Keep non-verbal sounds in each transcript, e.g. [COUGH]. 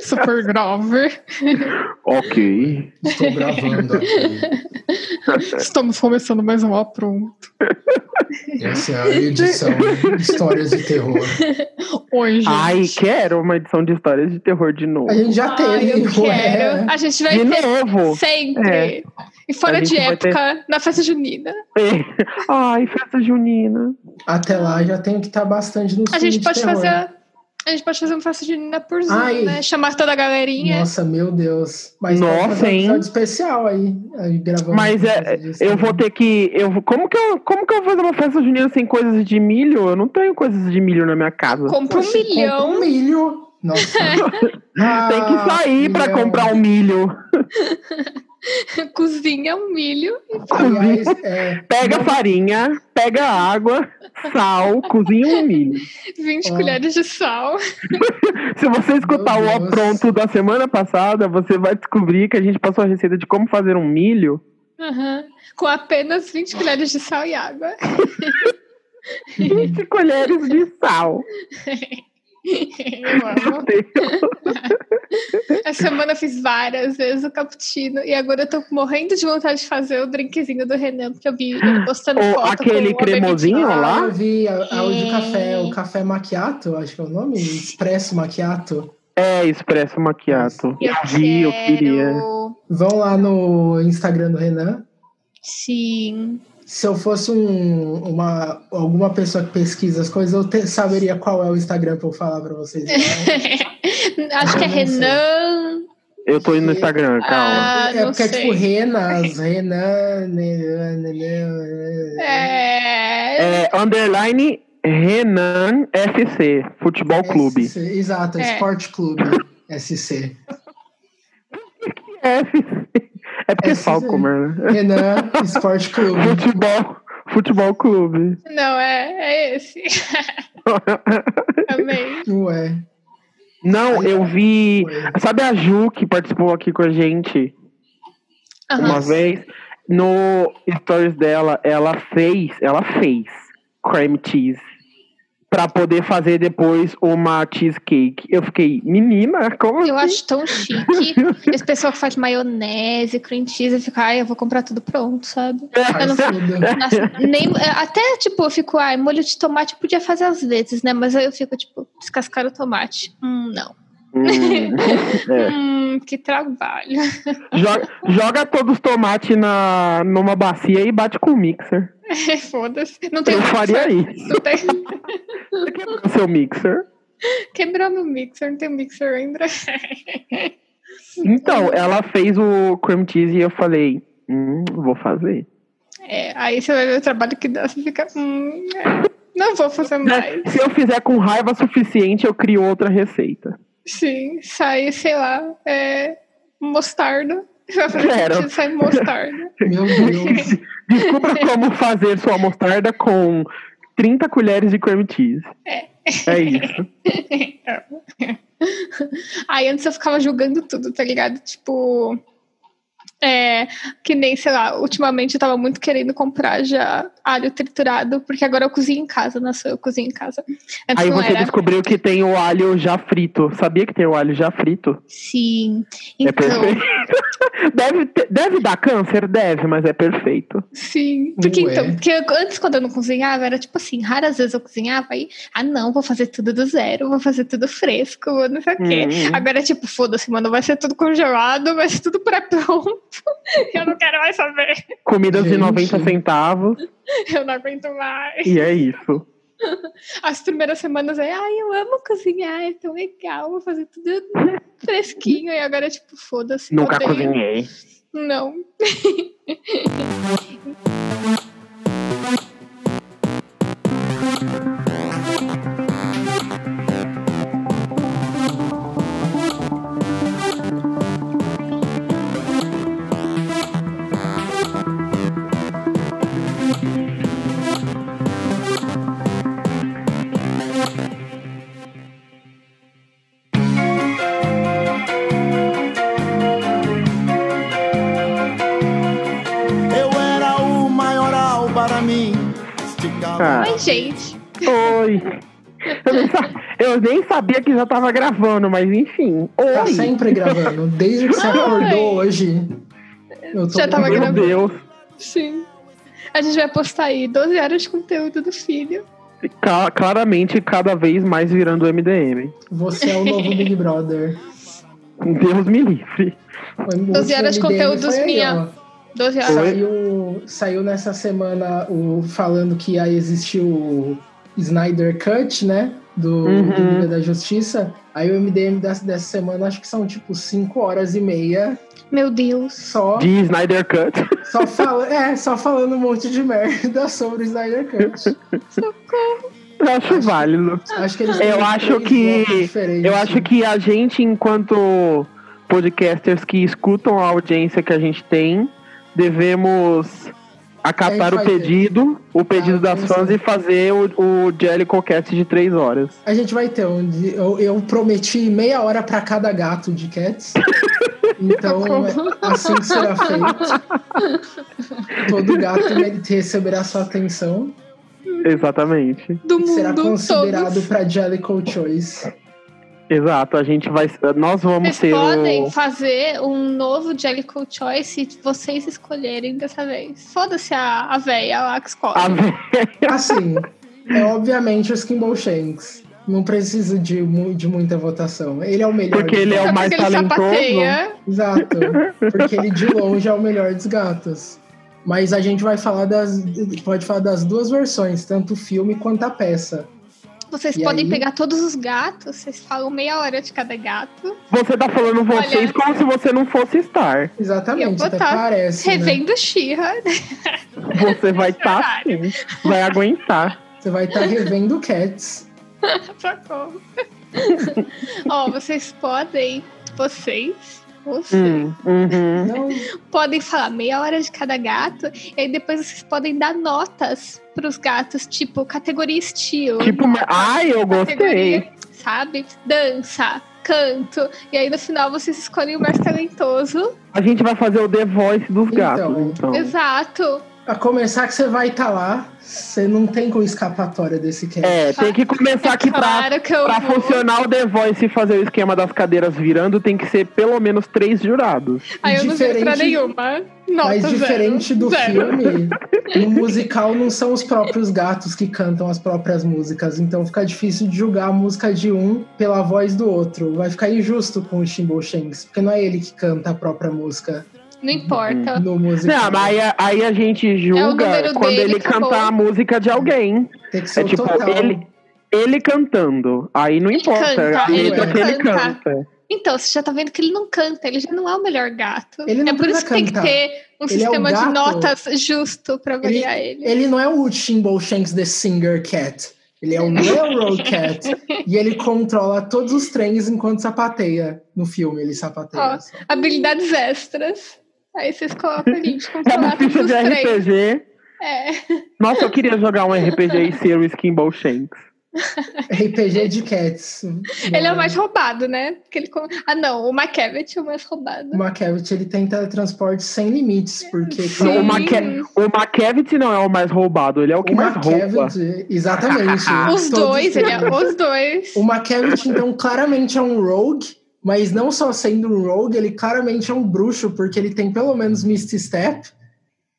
Super Grover. Ok. Estou gravando aqui. Estamos começando mais um apronto. Essa é a [LAUGHS] edição Histórias de Terror. Hoje. Ai, quero uma edição de histórias de terror de novo. A gente já Ai, teve. [LAUGHS] é? eu quero. A gente vai De ter novo. É, sempre. E A fora gente de vai ter- época, na festa junina. é. Ai, festa junina. Até lá já tem que estar bastante no A filme gente de pode terror. fazer. A gente pode fazer uma festa junina por Zoom, Ai. né? Chamar toda a galerinha. Nossa, meu Deus. Mas pode Nossa, fazer um hein? episódio especial aí. aí gravando assim. Mas é- coisa disso Eu também. vou ter que. Eu, vou- como, que eu, como que eu vou fazer uma festa junina sem coisas de milho? Eu não tenho coisas de milho na minha casa. Compra um Você compra milhão. Um milho. [LAUGHS] Nossa. Ah, Tem que sair pra comprar um milho. cozinha um milho. um Aliás, é, Pega Não. farinha, pega água, [LAUGHS] sal, cozinha um milho. 20 Ah. Ó. colheres de sal. Se você escutar o Meu Deus. apronto da semana passada, você vai descobrir que a gente passou a receita de como fazer um milho. Aham. Com apenas 20 colheres de sal e água. 20 colheres de sal. Eu amo. Essa semana eu fiz várias vezes o cappuccino e agora eu tô morrendo de vontade de fazer o drinkzinho do Renan, porque eu vi ele postando Ou foto aquele com o abertura. cremosinho ah, lá. eu vi a, a, o de É. café, o café macchiato, acho que é o nome, expresso macchiato. É, expresso maquiato. Eu vi, eu queria. quero. Vão lá no Instagram do Renan. Sim. [LAUGHS] Se eu fosse um, uma, alguma pessoa que pesquisa as coisas, eu te- saberia qual é o Instagram pra eu falar pra vocês. né? Acho que é Eu não sei. Renan. Eu tô indo no Instagram, calma. [LAUGHS] Ah, é não porque é sei. tipo [LAUGHS] Renas, Renan. né, né, né, né. É. É, underline Renan FC, Futebol É Clube. SC, exato, É. Sport Clube. SC. FC. É porque é SC. Falcomer, né? Renan Sport Clube. Futebol, futebol Clube. [LAUGHS] Não, é, é esse. [LAUGHS] Amei. Ué. Não, eu vi. ué. Sabe a Ju que participou aqui com a gente Aham. uma vez? No stories dela, ela fez, ela fez cream cheese pra poder fazer depois uma cheesecake. Eu fiquei, menina, como Eu assim? acho tão chique. Esse pessoal que faz maionese, cream cheese, eu fico, ai, eu vou comprar tudo pronto, sabe? É. Eu não Faz tudo. Nossa, nem, é, até, tipo, eu fico, ai, molho de tomate eu podia fazer às vezes, né? Mas aí eu fico, tipo, descascar o tomate. Hum, não. [LAUGHS] Hum, é. Hum, que trabalho. [LAUGHS] joga, joga todos os tomates na, numa bacia e bate com o mixer. é, Foda-se. Não tem Eu faria isso. Não tem- Você quebrou seu mixer. Quebrou meu mixer, não tem mixer ainda. Então, ela fez o cream cheese e eu falei, hum, vou fazer. É, aí você vai ver o trabalho que dá, você fica, hum, é, não vou fazer mais. Né? Se eu fizer com raiva suficiente, eu crio outra receita. Sim, sai, sei lá, é, mostarda. [LAUGHS] Vai fazer Zero. sentido, sai mostarda. Meu Deus. [LAUGHS] Descubra como fazer sua mostarda com 30 colheres de cream cheese. É. É [LAUGHS] isso. Aí antes eu ficava julgando tudo, tá ligado? Tipo. É, que nem, sei lá, ultimamente eu tava muito querendo comprar já alho triturado, porque agora eu cozinho em casa, não sou eu cozinho em casa. Antes Aí não você era. descobriu que tem o alho já frito. Sabia que tem o alho já frito? Sim. é Então, perfeito. [LAUGHS] Deve, ter- deve dar câncer? Deve, mas é perfeito. Sim, porque Ué. é? então, porque eu- antes quando eu não cozinhava, era tipo assim, raras vezes eu cozinhava aí, ah não, vou fazer tudo do zero, vou fazer tudo fresco, vou não sei o quê. Uhum. Agora é tipo, foda-se, mano, vai ser tudo congelado, vai ser tudo pré-pronto. [LAUGHS] Eu não quero mais saber, Comidas de Gente. 90 centavos. eu não aguento mais. E é isso. As primeiras semanas aí, ai, eu amo cozinhar, é tão legal, vou fazer tudo fresquinho, e agora é tipo, foda-se. Nunca odeio. cozinhei. Não. Eu era o maioral para mim. Esticava. Ah. Mas, gente, Oi. Eu, nem sa- eu Deus, nem sabia que já tava gravando, mas enfim. Tá Oi, sempre gravando. Desde que você acordou hoje. eu tô Já tava gravando. meu gravando. Deus. Sim. A gente vai postar aí 12 horas de conteúdo do filho. Ca- Claramente, cada vez mais virando MDM. Você é o novo Big Brother. Deus me livre. O último 12 horas de MDM conteúdos foi aí, minha. ó. 12 horas. Oi? Saiu, saiu nessa semana o falando que aí existiu o Snyder Cut, né? Do, do Uhum. Liga da Justiça. Aí o MDM dessa, dessa semana acho que são tipo 5 horas e meia Meu Deus. só, De Snyder Cut. [LAUGHS] só, fala, é, só falando um monte de [LAUGHS] merda sobre o Snyder Cut. Acho válido. Acho que eles Eu têm acho três que- blocos diferentes. né? Eu acho que a gente, enquanto podcasters que escutam a audiência que a gente tem, devemos acatar É, o vai ter. pedido, o pedido Ah, das sim, fãs sim. e fazer o, o Jellicocast de três horas. A gente vai ter um. de- Eu, eu prometi meia hora pra cada gato de [LAUGHS] cats. Então, Tá é assim que será feito. Todo gato mere- receberá sua atenção. Exatamente. Do e será mundo considerado todo. pra Jellicle Choice. Exato, a gente vai. Nós vamos ser Vocês podem o. fazer um novo Jellicle Choice se vocês escolherem dessa vez. Foda-se a, a véia lá que escolhe. A... Assim, é obviamente o Skimble Shanks. Não precisa de, mu- de muita votação. Ele é o melhor. Porque de ele é o todos. Só mais porque ele talentoso. sapateia. [LAUGHS] Exato. Porque ele de longe é o melhor dos gatos. Mas a gente vai falar das. Pode falar das duas versões, tanto o filme quanto a peça. Vocês E podem aí? pegar todos os gatos, vocês falam meia hora de cada gato. Você tá falando vocês Olha. como se você não fosse estar. Eu Exatamente, vou até tá parece. né? Revendo [LAUGHS] Xirra. [LAUGHS] É Você vai estar Caralho. sim. Vai aguentar. Você vai estar revendo Cats. Socorro. [LAUGHS] Ó, vocês podem, vocês, vocês Hum, uhum. Não, podem falar meia hora de cada gato, e aí depois vocês podem dar notas pros gatos, tipo categoria estilo, Tipo, ma- ai, eu gostei. categoria, sabe? Dança, canto, e aí no final vocês escolhem o mais talentoso. A gente vai fazer o The Voice dos gatos, então. Exato. a começar que você vai estar lá, você não tem como escapatória desse Cats. É, tem que começar aqui pra, claro que eu pra vou. funcionar o The Voice e fazer o esquema das cadeiras virando, tem que ser pelo menos três jurados. Aí eu não sei pra Diferente- nenhuma. Nota Mas zero. diferente do Zero. filme, no musical não são os próprios gatos que cantam as próprias músicas, então fica difícil de julgar a música de um pela voz do outro. Vai ficar injusto com o Shimbo Shanks, porque não é ele que canta a própria música Não importa. no musical. Não, mas aí, a- aí a gente julga É número quando dele, ele acabou. cantar a música de alguém. Tem que ser é o tipo, total. ele- Ele cantando. Aí não importa. canta, a letra ele que ele canta. canta. Então, você já tá vendo que ele não canta, ele já não é o melhor gato. Ele não é por isso precisa que tem que cantar. ter um Ele é o sistema de gato. notas justo pra avaliar ele. Ele não é o Shimbo Shanks The Singer Cat. Ele é o Railroad Cat. E ele controla todos os trens enquanto sapateia. No filme, ele sapateia. Ó, Habilidades extras. Aí vocês colocam ali de É controlar uma ficha todos os de três. RPG. É. Nossa, eu queria jogar um RPG e ser o Skimble Shanks. RPG de Cats. Ele é o mais roubado, né? Porque ele com- Ah, não, o Makevich é o mais roubado. O Makavich, ele tem teletransporte sem limites, porque... Sim. Não, o, Maque... o Makevich não é o mais roubado, ele é o que o mais rouba. Makavich, [LAUGHS] exatamente. Os Ah, Todos dois, têm- [LAUGHS] ele é os dois. O Makavich, então, claramente é um rogue, mas não só sendo um rogue, ele claramente é um bruxo, porque ele tem pelo menos Misty Step,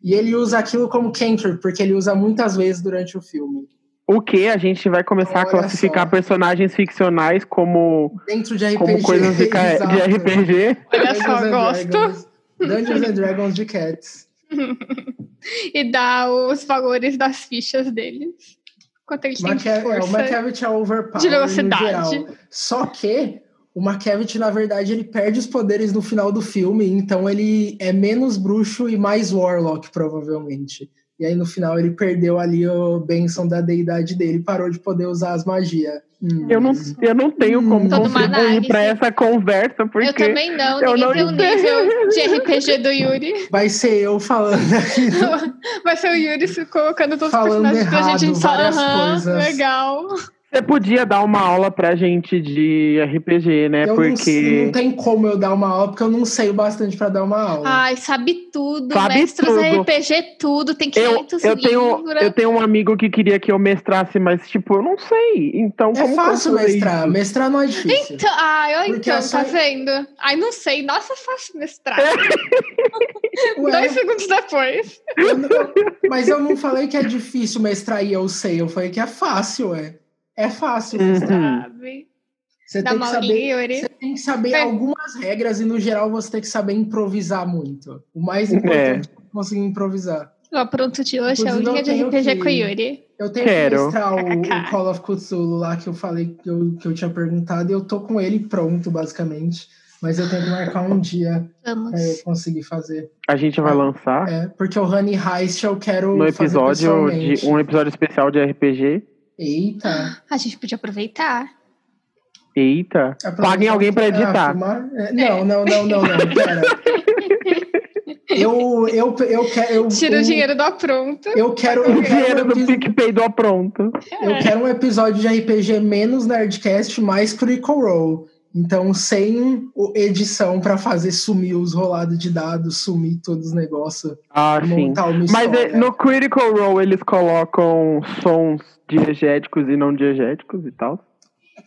e ele usa aquilo como cantrip, porque ele usa muitas vezes durante o filme. O que a gente vai começar a Olha classificar só. personagens ficcionais como, Dentro de RPG. como coisas de, ca- [LAUGHS] exato. de RPG. Olha só, Dungeons and gosto. Dragons. Dungeons and Dragons de Cats. E dá os valores das fichas deles. Quanto eles têm de Maca- é, o força. Makavich é overpowered De no velocidade. geral. Só que o Makavich, na verdade, ele perde os poderes no final do filme, então ele é menos bruxo e mais warlock, provavelmente. E aí, no final, ele perdeu ali a benção da deidade dele e parou de poder usar as magias. Hum. Eu não, eu não tenho como Toda uma contribuir análise. pra essa conversa, Eu porque também não, eu ninguém não tem o nível de RPG [LAUGHS] do Yuri. [LAUGHS] Vai ser eu falando aqui. Vai ser o Yuri se colocando todos os Falando personagens pra errado gente só. várias Aham, coisas. legal. Você podia dar uma aula pra gente de RPG, né? eu não, Porque. sei- não tem como eu dar uma aula, porque eu não sei o bastante pra dar uma aula. Ai, sabe tudo, Sabe mestros tudo. RPG, tudo, tem Eu, 500 eu, tenho, livros. né? eu tenho um amigo que queria que eu mestrasse, mas, tipo, eu não sei. Então, é como fácil construir mestrar. isso? Mestrar não é difícil. Então, ai, ó, Porque então, é só- tá vendo? Ai, não sei, nossa, fácil mestrar. É. Ué, Dois segundos depois. eu não- mas eu não falei que é difícil mestrar e eu sei. Eu falei que é fácil, é. É fácil mestrar. Hum. Sabe? Você Da tem que saber. Maurinho, Yuri. Você tem que saber É. algumas regras e, no geral, você tem que saber improvisar muito. O mais importante é, conseguir improvisar. O apronto de hoje é a Inclusive, única eu de tenho RPG com o que- Yuri. Eu tenho Quero. que mestrar o, KKK. o Call of Cthulhu lá que eu falei que eu, que eu tinha perguntado e eu tô com ele pronto, basicamente. Mas eu tenho que marcar um dia Vamos. pra eu conseguir fazer. A gente vai É. lançar É, porque o Honey Heist eu quero no fazer episódio pessoalmente. de, um episódio especial de RPG. Eita. A gente podia aproveitar. Eita. É Paguem alguém pra Ah, editar. filmar? É, não, não, não, não, não. [LAUGHS] Pera. Eu, eu, eu quero. Eu, Tira o eu- dinheiro do apronto. Eu quero. O Eu quero, dinheiro um do epi- PicPay do apronto. eu quero um episódio de RPG menos Nerdcast, mais Critical Role. Então, sem o- edição pra fazer sumir os rolados de dados, sumir todos os negócios, Ah, sim. montar uma Mas história. é, no Critical Role eles colocam sons diegéticos e não diegéticos e tal.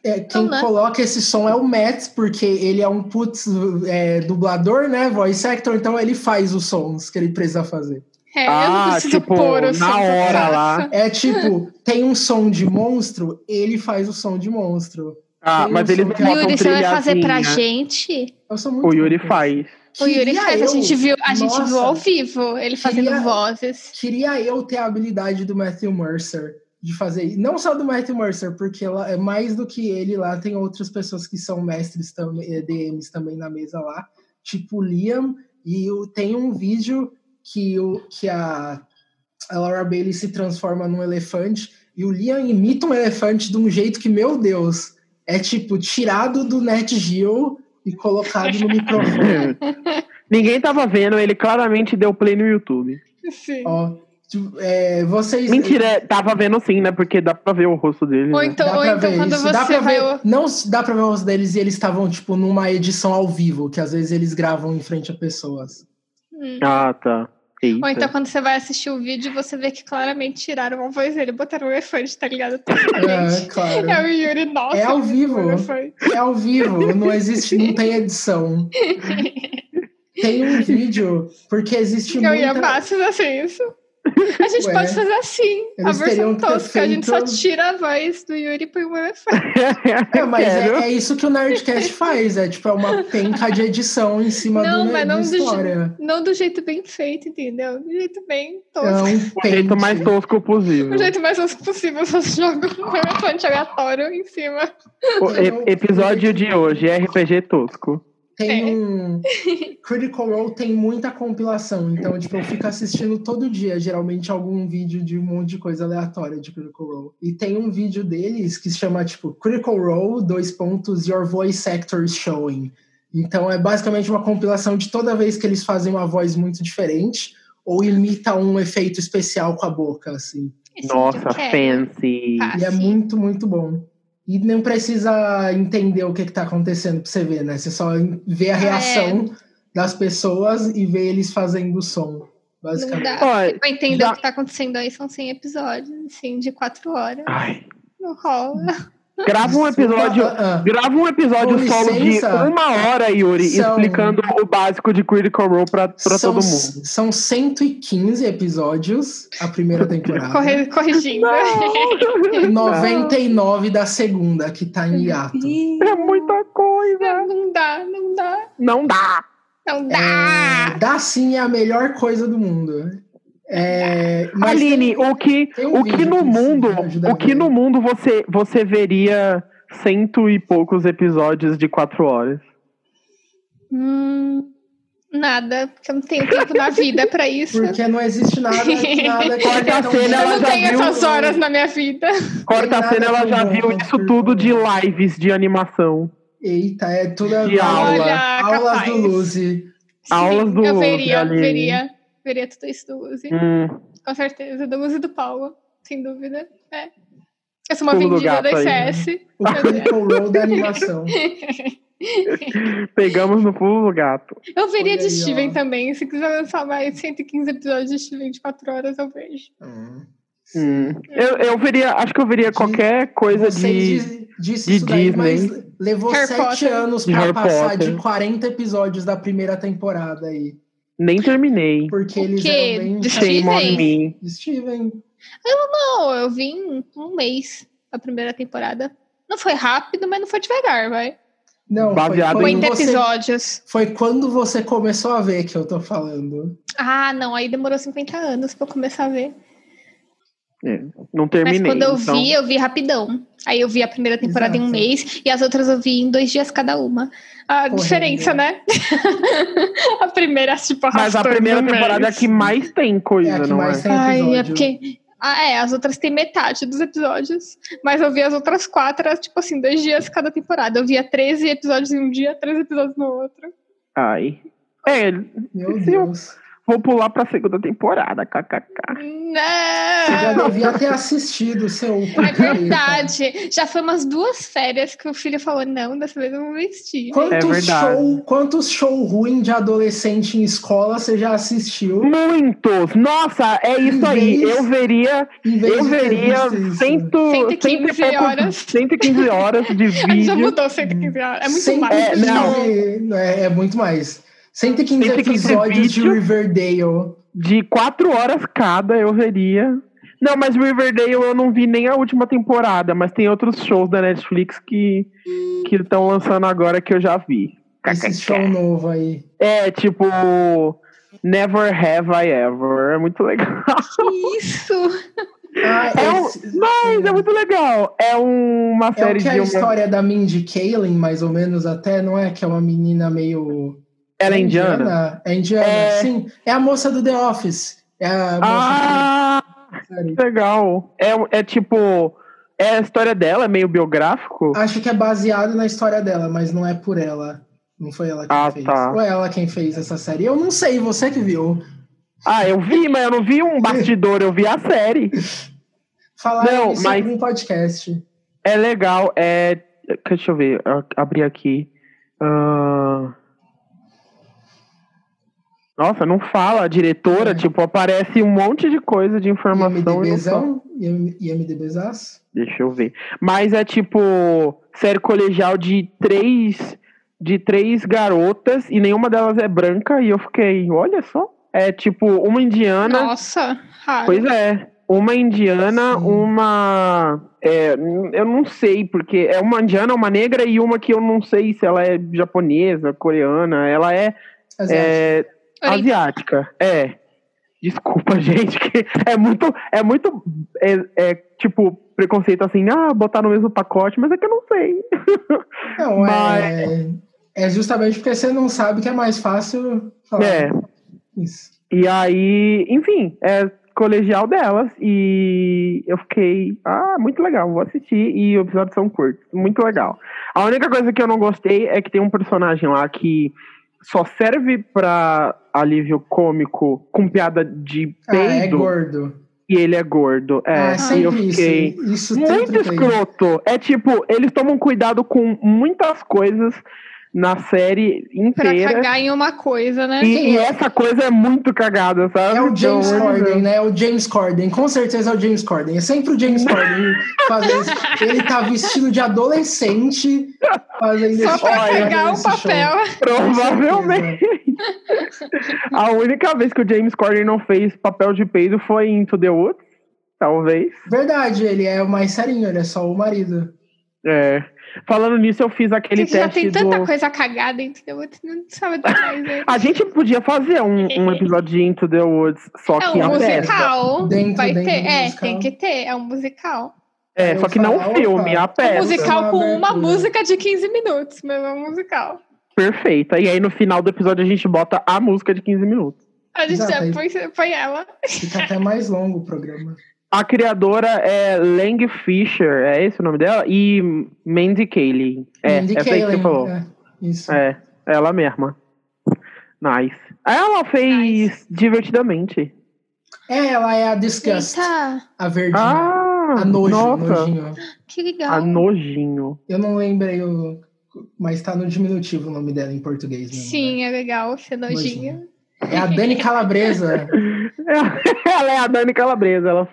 É, quem Então, né? coloca esse som é o Matt, porque ele é um putz é, dublador, né? Voice actor, então ele faz os sons que ele precisa fazer. É, eu Ah, não preciso tipo, pôr o na som que eu hora faço. lá. É tipo, tem um som de monstro, ele faz o som de monstro. Ah, Tem mas um eles som- botam Yuri, você vai fazer pra trilhazinha. gente? Eu sou muito O Yuri ruim com faz. isso. O Yuri Queria faz, a eu- gente viu, a gente viu Nossa. ao vivo, ele fazendo Queria- vozes. Queria eu ter a habilidade do Matthew Mercer de fazer isso. Não só do Matthew Mercer, porque lá, é mais do que ele lá, tem outras pessoas que são mestres também, eh, DMs também na mesa lá, tipo o Liam, e o- tem um vídeo que, o, que a, a Laura Bailey se transforma num elefante, e o Liam imita um elefante de um jeito que, meu Deus, é tipo tirado do Net Geo e colocado [LAUGHS] no microfone. Ninguém tava vendo, ele claramente deu play no YouTube. Sim. Ó, tipo, eh, vocês. Mentira, é, tava vendo sim, né? Porque dá pra ver o rosto dele. Ou né? então, Dá ou pra então ver quando isso. Dá você pra vai. ver, Não s- dá pra ver os deles e eles estavam, tipo, numa edição ao vivo, que às vezes eles gravam em frente a pessoas. Hum. Ah, tá. Eita. [LAUGHS] Ou então quando você vai assistir o vídeo, você vê que claramente tiraram uma voz dele, botaram um elefante, tá ligado? É, Totalmente. claro. É o Yuri, nossa. É ao ele vivo. botou um elefante. É ao vivo, não existe, não tem [LAUGHS] edição. Tem um vídeo, porque existe Eu ia muita... fácil assim, isso. A gente Ué, pode fazer assim, a eles versão teriam que ter tosca, a gente só feito- tira a voz do Yuri e põe um elefante. É, mas é, Quero. é isso que o Nerdcast faz, é tipo, é uma penca de edição em cima Não, do, mas da não do je- história. Não do jeito bem feito, entendeu? Do jeito bem É tosco. um O jeito mais pente. tosco possível. [LAUGHS] Do jeito mais tosco possível, só se joga um elefante aleatório em cima. O e- episódio de hoje, é RPG tosco. Tem É. um. Critical Role tem muita compilação, então, tipo, eu fico assistindo todo dia, geralmente, algum vídeo de um monte de coisa aleatória de Critical Role. E tem um vídeo deles que se chama, tipo, Critical Role, dois pontos, Your Voice Actor is Showing. Então, é basicamente uma compilação de toda vez que eles fazem uma voz muito diferente ou imita um efeito especial com a boca, assim. Esse tipo Nossa, que eu quero. fancy. Tá. E é Sim. muito, muito bom. E não precisa entender o que, que tá acontecendo pra você ver, né? Você só vê a É. reação das pessoas e vê eles fazendo o som, Não basicamente. dá. Ó, Pra entender Já- o que tá acontecendo aí, são 100 episódios, assim, de 4 horas. ai, Não rola. grava um episódio. Ah, ah, Grava um episódio Com solo de licença. uma hora, Yuri, São- explicando o básico de Critical Role pra, pra são, todo mundo. são 115 episódios a [LAUGHS] primeira temporada. Corre- corrigindo. Não. 99 da segunda, que tá em hiato. [LAUGHS] É muita coisa. [LAUGHS] Não dá, não dá, Não dá. não dá. É, dá sim é a melhor coisa do mundo. É, mas Aline, tem- o que, tem um o que vídeo no que mundo, me ajuda o que bem. no mundo você, você veria cento e poucos episódios de quatro horas? Hum, nada, porque eu não tenho tempo na vida pra isso. Porque não existe nada, [LAUGHS] nada que um Corta a tão- cena, Eu ela não já tenho viu- essas horas na minha vida. Corta a nada né? cena, ela tão já bom viu quanto isso Critical tudo de Role. lives de animação. Eita, é tudo De aula. Olha, aulas capaz. do Luzi. Aulas do Eu Uzi, veria, Aline. veria. Veria tudo isso do Uzi. Hum. Com certeza, do Uzi e do Paulo. Sem dúvida. É. Eu sou uma Pulo do gato vendida da aí. CS. O Critical Role da animação. Pegamos no pulo do gato. Eu veria Olha de aí, Steven ó. também. Se quiser lançar mais 115 episódios de Steven de 4 horas, eu vejo. Hum. Hum. Eu, eu veria, acho que eu veria De- qualquer [LAUGHS] coisa de. Vocês diz- disse de isso daí, Disney. mas levou Harry sete Potter. anos De pra Harry passar Potter. de 40 episódios da primeira temporada aí. Nem terminei. Porque O eles quê? eram bem... De Shame on Disney? me. Steven. Não, eu vim um- um mês da primeira temporada. Não foi rápido, mas não foi devagar, vai. Não, Baseado foi Foi em- em quando, você, episódios. foi quando você começou a ver que eu tô falando. Ah, não, aí demorou 50 anos pra eu começar a ver. Não Mas terminei. quando eu então- vi, eu vi rapidão. Aí eu vi a primeira temporada em um Exato. mês e as outras eu vi em dois dias cada uma. A Correndo. diferença, né? [LAUGHS] a primeira, tipo, Mas a arrastando primeira no temporada é a mês. que mais tem coisa, É a que não mais é? tem Ai, episódio. é porque. Ah, é, as outras têm metade dos episódios. Mas eu vi as outras quatro, era, tipo assim, dois dias cada temporada. Eu via 13 episódios em um dia, 13 episódios no outro. Ai. É, Meu Sim. Deus. vou pular pra segunda temporada, kkk. Você Ah. já Não! devia ter assistido, seu É picareta. verdade. Já foi umas duas férias que o filho falou: não, dessa vez eu não vou vestir. É Quantos, verdade. show, quantos show ruim de adolescente em escola você já assistiu? Muitos! Nossa, é isso aí. Vez- Eu veria, Em vez eu de ter veria visto isso? cento, 115 cento e poucos- horas. 115 horas de Aí [LAUGHS] [LAUGHS] já vídeo. mudou 115 horas. É muito Cento- mais. É, não. É, é muito mais. 115, 115 episódios de vídeo. Riverdale. De quatro horas cada, eu veria. Não, mas Riverdale eu não vi nem a última temporada, mas tem outros shows da Netflix que que estão lançando agora que eu já vi. Esse Kkk. show novo aí. É, tipo Never Have I Ever. É muito legal. [LAUGHS] Que isso! Ah, É um- esse- Mas é muito legal. É uma é o série que é a de uma. história da Mindy Kaling, mais ou menos, até, não é? Que é uma menina meio. Ela é indiana? É indiana, É. sim. É a moça do The Office. É a moça Ah, do... série. legal. É, é tipo. É a história dela, é meio biográfico. Acho que é baseado na história dela, mas não é por ela. Não foi ela quem Ah, fez. tá. Ou é ela quem fez essa série? Eu não sei, você que viu. Ah, eu vi, mas eu não vi um bastidor, eu vi a série. Falaram Não, isso mas- em um podcast. É legal, é. Deixa eu ver, a- abrir aqui. Ah. Nossa, não fala a diretora, É. tipo, aparece um monte de coisa de informação. e não fala. IMDBzão? IMDBzaço? Deixa eu ver. Mas é tipo série colegial de três de três garotas e nenhuma delas é branca e eu fiquei, olha só, é tipo uma indiana, Nossa! raro. Pois é. Uma indiana, Sim. uma. é, n- eu não sei, porque é uma indiana, uma negra e uma que eu não sei se ela é japonesa, coreana. Ela é, é, Ori- asiática. É. Desculpa, [LAUGHS] gente, que é muito. É muito. É, é, tipo, preconceito assim, ah, botar no mesmo pacote, mas é que eu não sei. Não, é, é justamente porque você não sabe que é mais fácil falar É. isso. E aí, enfim, é colegial delas. E eu fiquei, ah, muito legal, vou assistir. E os episódios são curtos, muito legal. A única coisa que eu não gostei é que tem um personagem lá que só serve pra alívio cômico com piada de Ah, é peido gordo. e ele é gordo. ah, É, é e eu sempre isso. fiquei. Isso Muito sempre tem. escroto. É tipo, eles tomam cuidado com muitas coisas na série Pra inteira. cagar em uma coisa, né? E, e é? essa coisa é muito cagada, sabe? É o James Então, Corden, né? É o James Corden. Com certeza é o James Corden. É sempre [LAUGHS] o James Corden fazendo isso. Ele tá vestido de adolescente fazendo Só esse pra Olha, pegar esse um papel. show. Provavelmente. A única vez que o James Corden não fez papel de peido foi em To The Woods, talvez. Verdade, ele é o mais serinho, ele é só o marido. É. Falando nisso, eu fiz aquele Gente, já teste tem do... tanta coisa cagada entre eu não sabe o que mais é. A gente podia fazer um, um episódio de Into the Woods, só É que um a peça. musical. Dentro- vai dentro ter. do É, musical. tem que ter. É um musical. É, só que não Opa, um filme, a opa. Um peça. musical é uma com uma abertura. música de 15 minutos, mas é um musical. Perfeita. E aí no final do episódio a gente bota a música de 15 minutos. A gente Exato, já aí- põe, põe ela. Fica até mais longo o programa. A criadora é Lang Fisher, é esse o nome dela? E Mandy Kaling. [LAUGHS] É, Mindy essa aí que você Kaling, falou. é, isso. É, ela mesma. Nice. Ela fez divertidamente. É, ela é a Disgust, Eita. a verdinha. Ah, A nojo, nossa, nojinho. Que legal. a nojinho. [LAUGHS] Eu não lembrei o. Mas tá no diminutivo o nome dela em português, né? Sim, é legal ser nojinha. É a [LAUGHS] Dani Calabresa. Ela é a Dani Calabresa, ela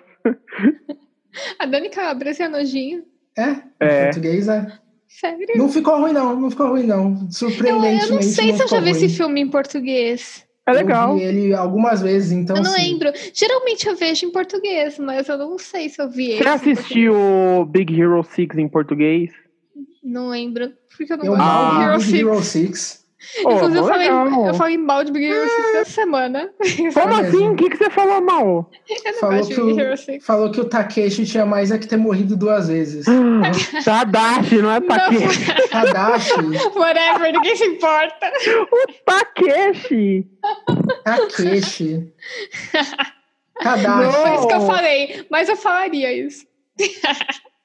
A Dani Calabresa é nojinha. É? É. Em português é. Sério? Não ficou ruim, não. Não ficou ruim, não. Eu, Surpreendentemente. eu não sei se eu já ficou vi ruim. esse filme em português. é legal. Eu vi ele algumas vezes, então. eu não sim. lembro. Geralmente eu vejo em português, mas eu não sei se eu vi ele. Você assistiu Big Hero 6 em português? Não lembro. Porque eu não Eu gosto Ah. de Big mal Hero vi Big 6. Hero Six. Oh, Inclusive, eu bom, falei, legal. eu falei mal de Big Hero 6 É. essa semana. [LAUGHS] Como É assim? mesmo. O que, que você falou mal? [LAUGHS] Eu não Falou gosto de que Big o- Hero 6. Falou que o Takeshi tinha mais é que ter morrido duas vezes. Tadashi, não é Takeshi. Tadashi, [LAUGHS] Whatever, ninguém se importa. Takeshi! Takeshi. Não. Tadashi. Ah, Foi isso que eu falei. Mas eu falaria isso.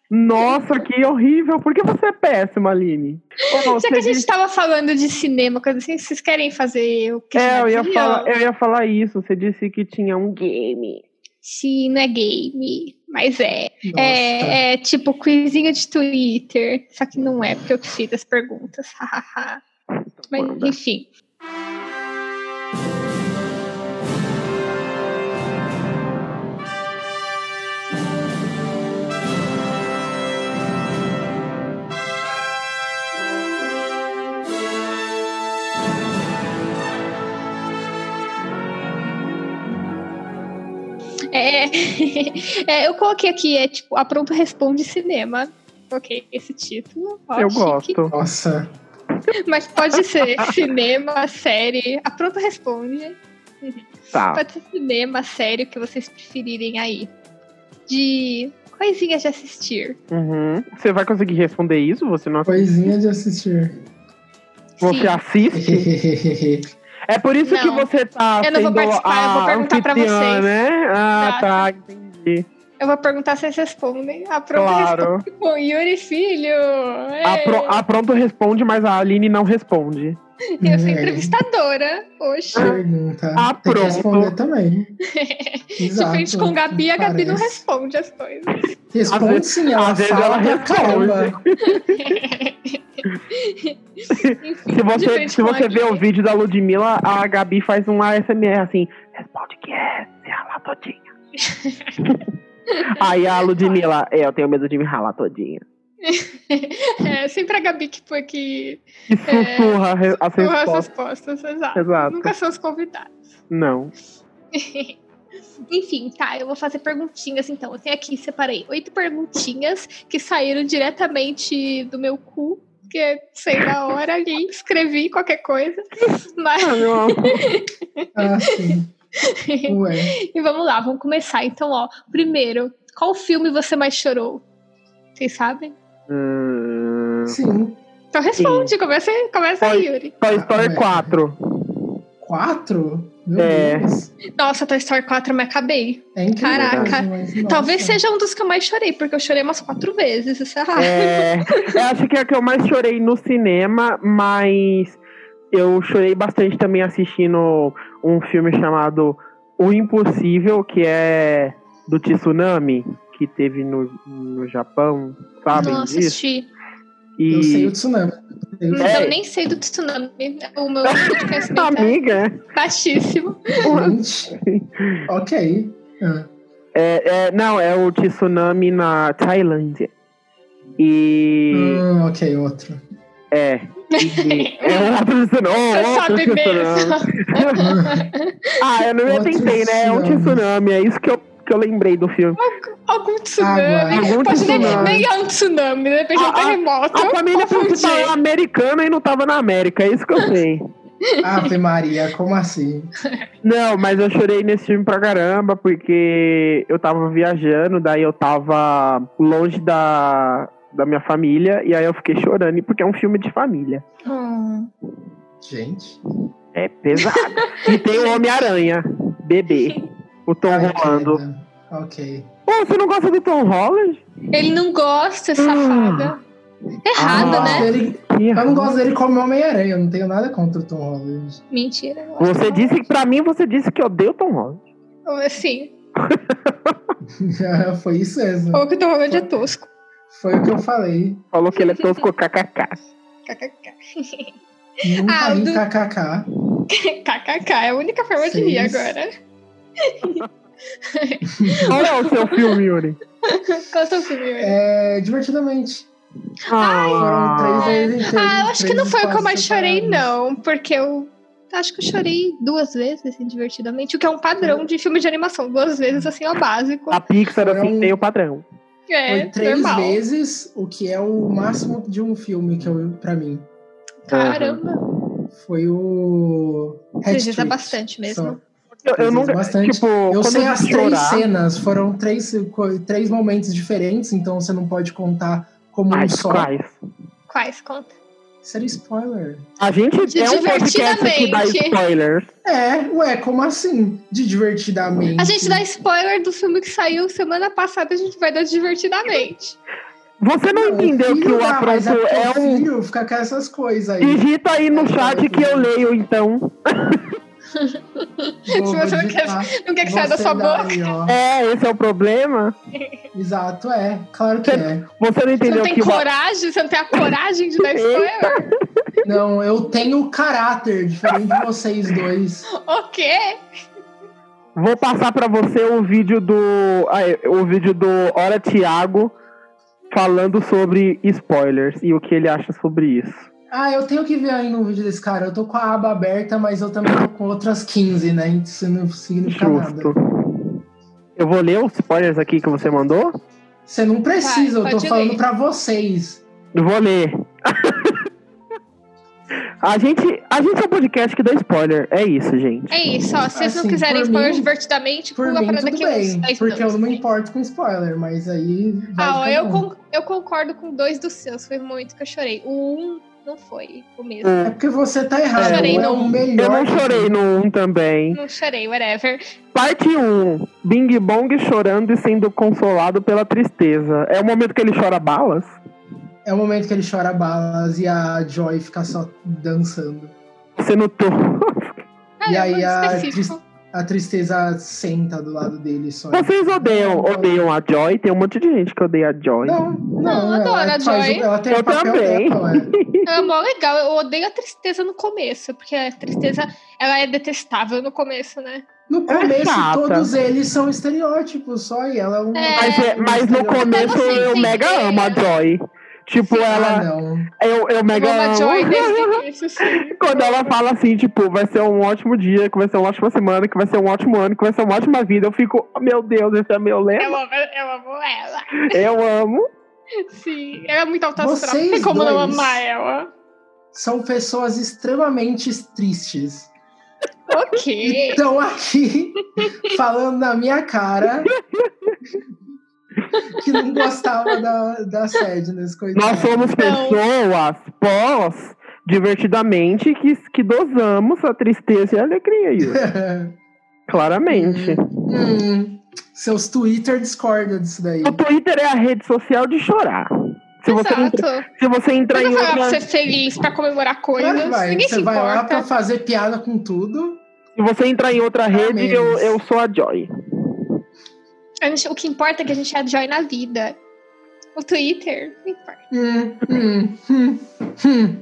Nossa, que horrível. Por que você é péssima, Aline? Ô, Já que a você gente tava falando de cinema, coisa assim, vocês querem fazer o que É, eu ia, falar, eu ia falar isso. Você disse que tinha um game. Sim, não é game, mas é. Nossa. É, é tipo quizinho de Twitter, só que não é, porque eu que fiz as perguntas. [LAUGHS] hahaha. mas, Manda. enfim. É, [LAUGHS] é, eu coloquei aqui, é tipo, a pronto responde cinema. Coloquei esse título. ó, eu chique. gosto. Nossa. Mas pode ser [LAUGHS] cinema, série. A pronto responde. Tá. Pode ser cinema, série, o que vocês preferirem aí. De coisinhas de assistir. Uhum. Você vai conseguir responder isso? Você não Coisinha de [LAUGHS] assistir. Você [LAUGHS] Sim. assiste? É por isso que Não. você tá. Eu não vou sendo participar, eu vou a perguntar pra anfitriã, vocês. Né? Ah, Tá. tá, entendi. Eu vou perguntar se vocês respondem. A pronto Claro. responde com Yuri Filho. A, É. Pro- a Pronto responde, mas a Aline não responde. Eu É. sou entrevistadora. Oxe. Pergunta. Ah, Tem que pronto. responder também. [LAUGHS] Diferente com Gabi, a Gabi não parece. responde as coisas. [LAUGHS] Às Responde vezes- sim, ela às vezes fala ela pra responde. caramba. Enfim, Se você, diferente se com você a vê Gabi. o vídeo da Ludmilla, a Gabi faz um ASMR assim: responde que é, se ralar todinha. [LAUGHS] Aí a Ludmilla, "É, eu tenho medo de me ralar todinha. É sempre a Gabi que, foi que E É, sussurra re- as deu as respostas. respostas. Exato. Exato. Nunca são os convidados. Não. Enfim, tá, eu vou fazer perguntinhas então. Eu tenho aqui, separei oito perguntinhas que saíram diretamente do meu cu, que sei da hora ali, escrevi qualquer [LAUGHS] coisa. [LAUGHS] Mas Ah, não. Ah, sim. Ué. e vamos lá, vamos começar. Então, ó, primeiro, qual filme você mais chorou? Vocês sabem? Hum, Sim. um Então responde, começa, aí- começa aí, Yuri. Toy Ah, Story é. 4. Quatro? Meu É. Deus. Nossa, Toy Story 4 eu me acabei. É incrível. Caraca. mas, nossa. Talvez seja um dos que eu mais chorei, porque eu chorei umas quatro vezes. Isso é raro. É, eu acho que é a que eu mais chorei no cinema, mas eu chorei bastante também assistindo um filme chamado O Impossível, que é do tsunami que teve no, no Japão, sabem Não disso? assisti. E Eu sei o tsunami. Eu Hum, sei. É. Tá Eu nem sei do tsunami. É O meu nível de conhecimento é amiga, baixíssimo. Uhum. Gente. ok. Ah, é, é, não é o tsunami na Tailândia. E Hum, ok, [LAUGHS] outro. é, e- é um outro tsunami. oh, Você outro sabe tsunami. mesmo. Ah, eu não me Outro atentei, né? É um tsunami. tsunami, é isso que eu, que eu lembrei do filme. [LAUGHS] Algum tsunami. Água. Ah, Algum Pode nem- tsunami. Nem é um tsunami, de repente é um Ah, ah, terremoto. A família Confundi. principal é americana e não tava na América, é isso que eu sei. Ave Maria, como assim? não, mas eu chorei nesse filme pra caramba, porque eu tava viajando, daí eu tava longe da, da minha família, e aí eu fiquei chorando, e porque é um filme de família. Hum. Gente. É [LAUGHS] pesado. e tem o Homem-Aranha, bebê. O Tom Ai, Rolando. querida. é Ok. Pô, você não gosta do Tom Holland? Ele não gosta, safada. Eu não Errada, Hum. Ah. gosto né? dele- eu não gosto dele como Homem-Aranha, eu não tenho nada contra o Tom Holland. [LAUGHS] Mentira. eu Você acho. disse, pra mim, você disse que odeia o Tom Holland. Sim. Ah, Foi isso mesmo. Falou que o Tom Holland é tosco. Foi o que eu falei. Falou que ele é tosco kkk. KKK. [LAUGHS] Nunca Ah, ri do- kkk. KKK, é a única forma de rir Seis. agora. Qual é o seu filme, Yuri? Qual é o seu filme? Yuri? É, divertidamente. Foram três vezes. três- Ah, eu acho que três não foi o que eu espaços mais chorei, separados. não. Porque eu acho que eu chorei duas vezes, assim, divertidamente. O que é um padrão de filme de animação. Duas vezes, assim, é o básico. A Pixar, assim, Foram- tem o padrão. É, Foi três normal. vezes o que é o máximo de um filme que eu, pra mim. né? Caramba, Foi o. três vezes é Hat-trick. bastante mesmo. Eu, eu Às vezes nunca. bastante. Tipo, Eu quando sei eu as vi três chorar. cenas, foram três, co- três momentos diferentes, então você não pode contar como um Ai, só. quais? Quais? Conta. Seria spoiler. A gente é um podcast que dá Divertidamente. spoilers. É, ué, como assim? De divertidamente. A gente dá spoiler do filme que saiu semana passada, a gente vai dar divertidamente. Você não entendeu que o dá, mas apronto é é porque o um. filho fica com essas coisas aí. [LAUGHS] Digita aí no chat que eu leio, então. Vou- Se você vou não quer- digitar. Não quer que saia da Você sua dá boca? aí, ó. É, esse é o problema. Exato, é. Claro que é. Você não Você não entendeu tem que o. coragem? Você não tem a coragem de dar spoiler? Não, eu tenho caráter, diferente de vocês dois. o quê? Vou passar pra você o vídeo do. ah, é, o vídeo do Hora Thiago falando sobre spoilers e o que ele acha sobre isso. Ah, eu tenho que ver ainda um vídeo desse cara. Eu tô com a aba aberta, mas eu também tô com outras 15, né? Isso não significa nada. Justo. Eu vou ler os spoilers aqui que você mandou? Você não precisa, Vai, eu tô pode falando ler. pra vocês. Eu Vou ler. [LAUGHS] a, gente, a gente é um podcast que dá spoiler. É isso, gente. É isso, ó. Se vocês não Assim, quiserem por spoiler mim- divertidamente, Por pula mim, pra tudo daqui uns bem, 10 porque eu não me minutos. importo com spoiler, mas aí. vai Ah, ó, ficar eu, bom. con- eu concordo com dois dos seus. Foi o momento que eu chorei. O um não foi o mesmo. É O- porque você tá errado. chorei, é não. o melhor. Eu não chorei no 1 Hum. também. Não chorei, whatever. Parte 1. Bing Bong chorando e sendo consolado pela tristeza. É o momento que ele chora balas? É o momento que ele chora balas e a Joy fica só dançando. Você notou? [LAUGHS] Ah, E é aí muito a específico. A tristeza senta do lado dele só. Vocês odeiam, odeiam a Joy? Tem um monte de gente que odeia a Joy. Não, não, Não, eu adoro ela a faz Joy. o- Ela tem Eu o papel também. dela, é. É mó legal. Eu odeio a tristeza no começo, porque a tristeza ela é detestável no começo, né? No Ela é começo, chata. todos eles são estereótipos, só e ela é uma. É. Mas, é- mas no começo Mas você eu mega entende, amo a né? Joy. Tipo, Sim. Ah, ela. não. Eu, eu É, Eu mega amo a amo. Joy desde o início, sim. [LAUGHS] [LAUGHS] Quando ela fala assim, tipo, vai ser um ótimo dia, que vai ser uma ótima semana, que vai ser um ótimo ano, que vai ser uma ótima vida, eu fico, oh, meu Deus, esse é meu Eu lema. amo, eu amo ela. [LAUGHS] Eu amo. Sim, ela é muito alta astral. Não tem Vocês como não dois. amar ela. São pessoas extremamente tristes. Ok. Estão aqui [LAUGHS] falando na minha cara [LAUGHS] que não gostava da, da Sadness, coitada. Nós somos pessoas pós, divertidamente, que, que dosamos a tristeza e a alegria. [LAUGHS] Yuri. Claramente. Hum, seus Twitter discordam disso daí. O Twitter é a rede social de chorar. Se você, entra- Exato. se você entrar Você em não vai lá pra outra, ser feliz, pra comemorar Claro coisas. que vai. Ninguém se Você vai lá pra importa. fazer piada com tudo. se você entrar em outra rede, eu, menos. eu sou a Joy. A gente- o que importa é que a gente é a Joy na vida. O Twitter, não importa. Hum, hum, hum, hum.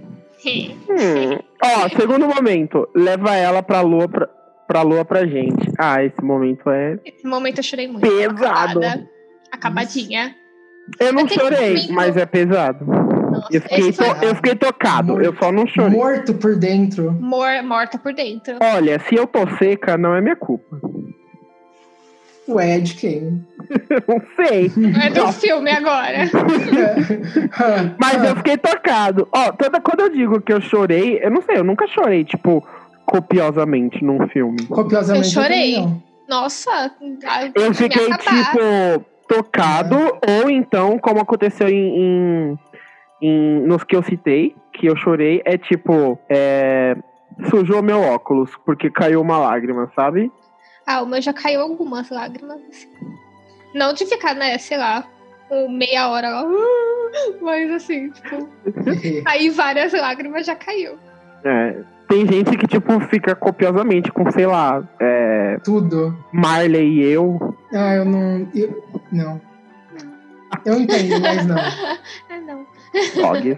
Hum. Ó, segundo momento, leva ela pra lua pra, pra lua pra gente. Ah, esse momento é. Esse momento é eu chorei muito. Pesado. Acabada. Acabadinha. Eu não Mas tem chorei, momento- mas é pesado. Nossa, Eu fiquei, esse foi to- eu fiquei tocado, eu só não chorei. Morto por dentro. mor- morta por dentro. Olha, se eu tô seca, não é minha culpa. [LAUGHS] Ué, de quem? Eu não sei. É do filme agora. [LAUGHS] Mas eu fiquei tocado. Ó, toda, quando eu digo que eu chorei, eu não sei, eu nunca chorei, tipo, copiosamente num filme. [LAUGHS] Copiosamente. Eu chorei. também não. Nossa, Eu fiquei, tipo, tocado, ou então, como aconteceu em, em- em- nos que eu citei, que eu chorei, é tipo, é, sujou meu óculos, porque caiu uma lágrima, sabe? Ah, o meu já caiu algumas lágrimas. assim. Não de ficar, né, sei lá, com meia hora ó, mas assim, tipo, [LAUGHS] aí várias lágrimas já caiu. É, tem gente que, tipo, fica copiosamente com, sei lá, é, Tudo. Marley e eu. Ah, eu não. Eu, não. Eu entendo, mas [LAUGHS] não. É, ah, não. [LAUGHS] Dogs.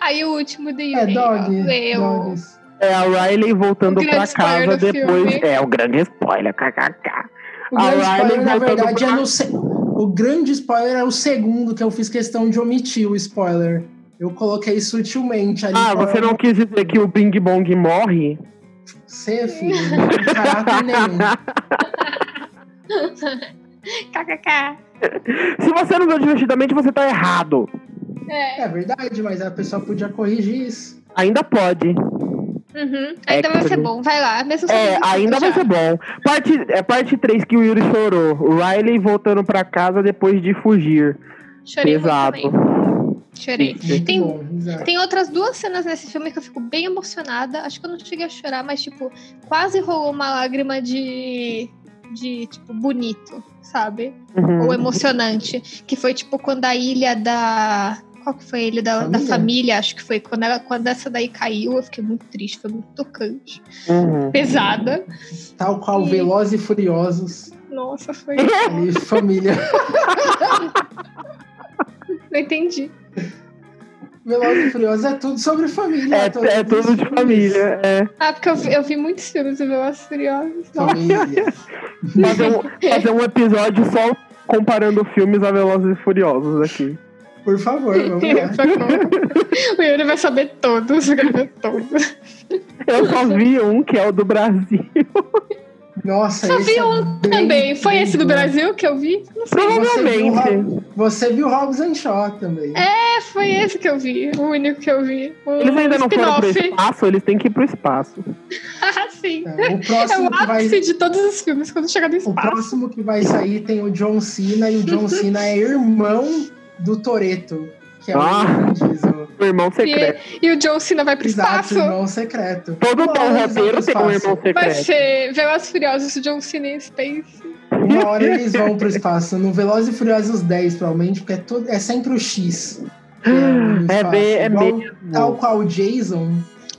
Aí o último do Yuri. É, dogs. Leu. dogs. É a Riley voltando O grande pra casa spoiler do depois. filme. É, o grande spoiler, kkk. O A Riley grande spoiler, na voltando verdade, pra- é no. se- O grande spoiler é o segundo que eu fiz questão de omitir o spoiler. Eu coloquei sutilmente ali. Ah, falando, você não quis dizer que o Bing Bong morre? Você, filho, não tem caráter nenhum. KKK. Se você não viu divertidamente, você tá errado. É. É verdade, mas a pessoa podia corrigir isso. Ainda pode. Uhum. Ainda vai ser Extra. bom, vai lá. Mesmo É, sabendo ainda tudo vai já. ser bom. Parte, é parte 3 que o Yuri chorou. O Riley voltando pra casa depois de fugir. Chorei Pesado. muito também. Chorei. Muito Tem- bom, exato. Tem outras duas cenas nesse filme que eu fico bem emocionada. Acho que eu não cheguei a chorar, mas, tipo, quase rolou uma lágrima de. de, tipo, bonito, sabe? Uhum. Ou é emocionante. Que foi, tipo, quando a ilha da. Qual que foi a ilha da família? da Família? família? Acho que foi. Quando, ela, quando essa daí caiu, eu fiquei muito triste, foi muito tocante. Uhum. Pesada. Tal qual E- Velozes e Furiosos. [LAUGHS] Nossa, foi. Ali, [LAUGHS] família. Não entendi. Velozes e Furiosos é tudo sobre [LAUGHS] família. É, todos é tudo os de filmes. família. É. Ah, porque eu vi, eu vi muitos filmes do Velozes e Furiosos. Nossa. Família. Fazer um, fazer um episódio só comparando filmes a Velozes e Furiosos aqui. Por favor, [LAUGHS] vamos lá. o Yuri vai saber todos, vai saber todos. Eu só vi um que é o do Brasil. Nossa, Só esse vi é um bem- também. Foi bem esse do bom. Brasil que eu vi? Não sei. um Provavelmente. Você viu Hobbs and Shaw também. É, foi esse que eu vi. O único que eu vi. O Eles ainda não foram pro spin-off. espaço, eles têm que ir pro espaço. [LAUGHS] Ah, sim. É, O É próximo, o que vai, ápice de todos os filmes quando chegar no o espaço. próximo que vai sair tem o John Cena, e o [LAUGHS] John Cena é irmão do Toreto, que é o Ah. Vin Diesel. O irmão secreto. E, e o John Cena vai pro Exato, espaço. irmão secreto. Todo Uma bom hora eles vão roteiro pro tem um espaço. irmão Vai secreto. ser Velozes e Furiosos, John Cena em Space. Uma hora eles vão pro espaço. No Velozes e Furiosos 10, provavelmente, porque é, tudo, é sempre o X. que no É espaço. bem- é Igual- mesmo. Tal qual o Jason,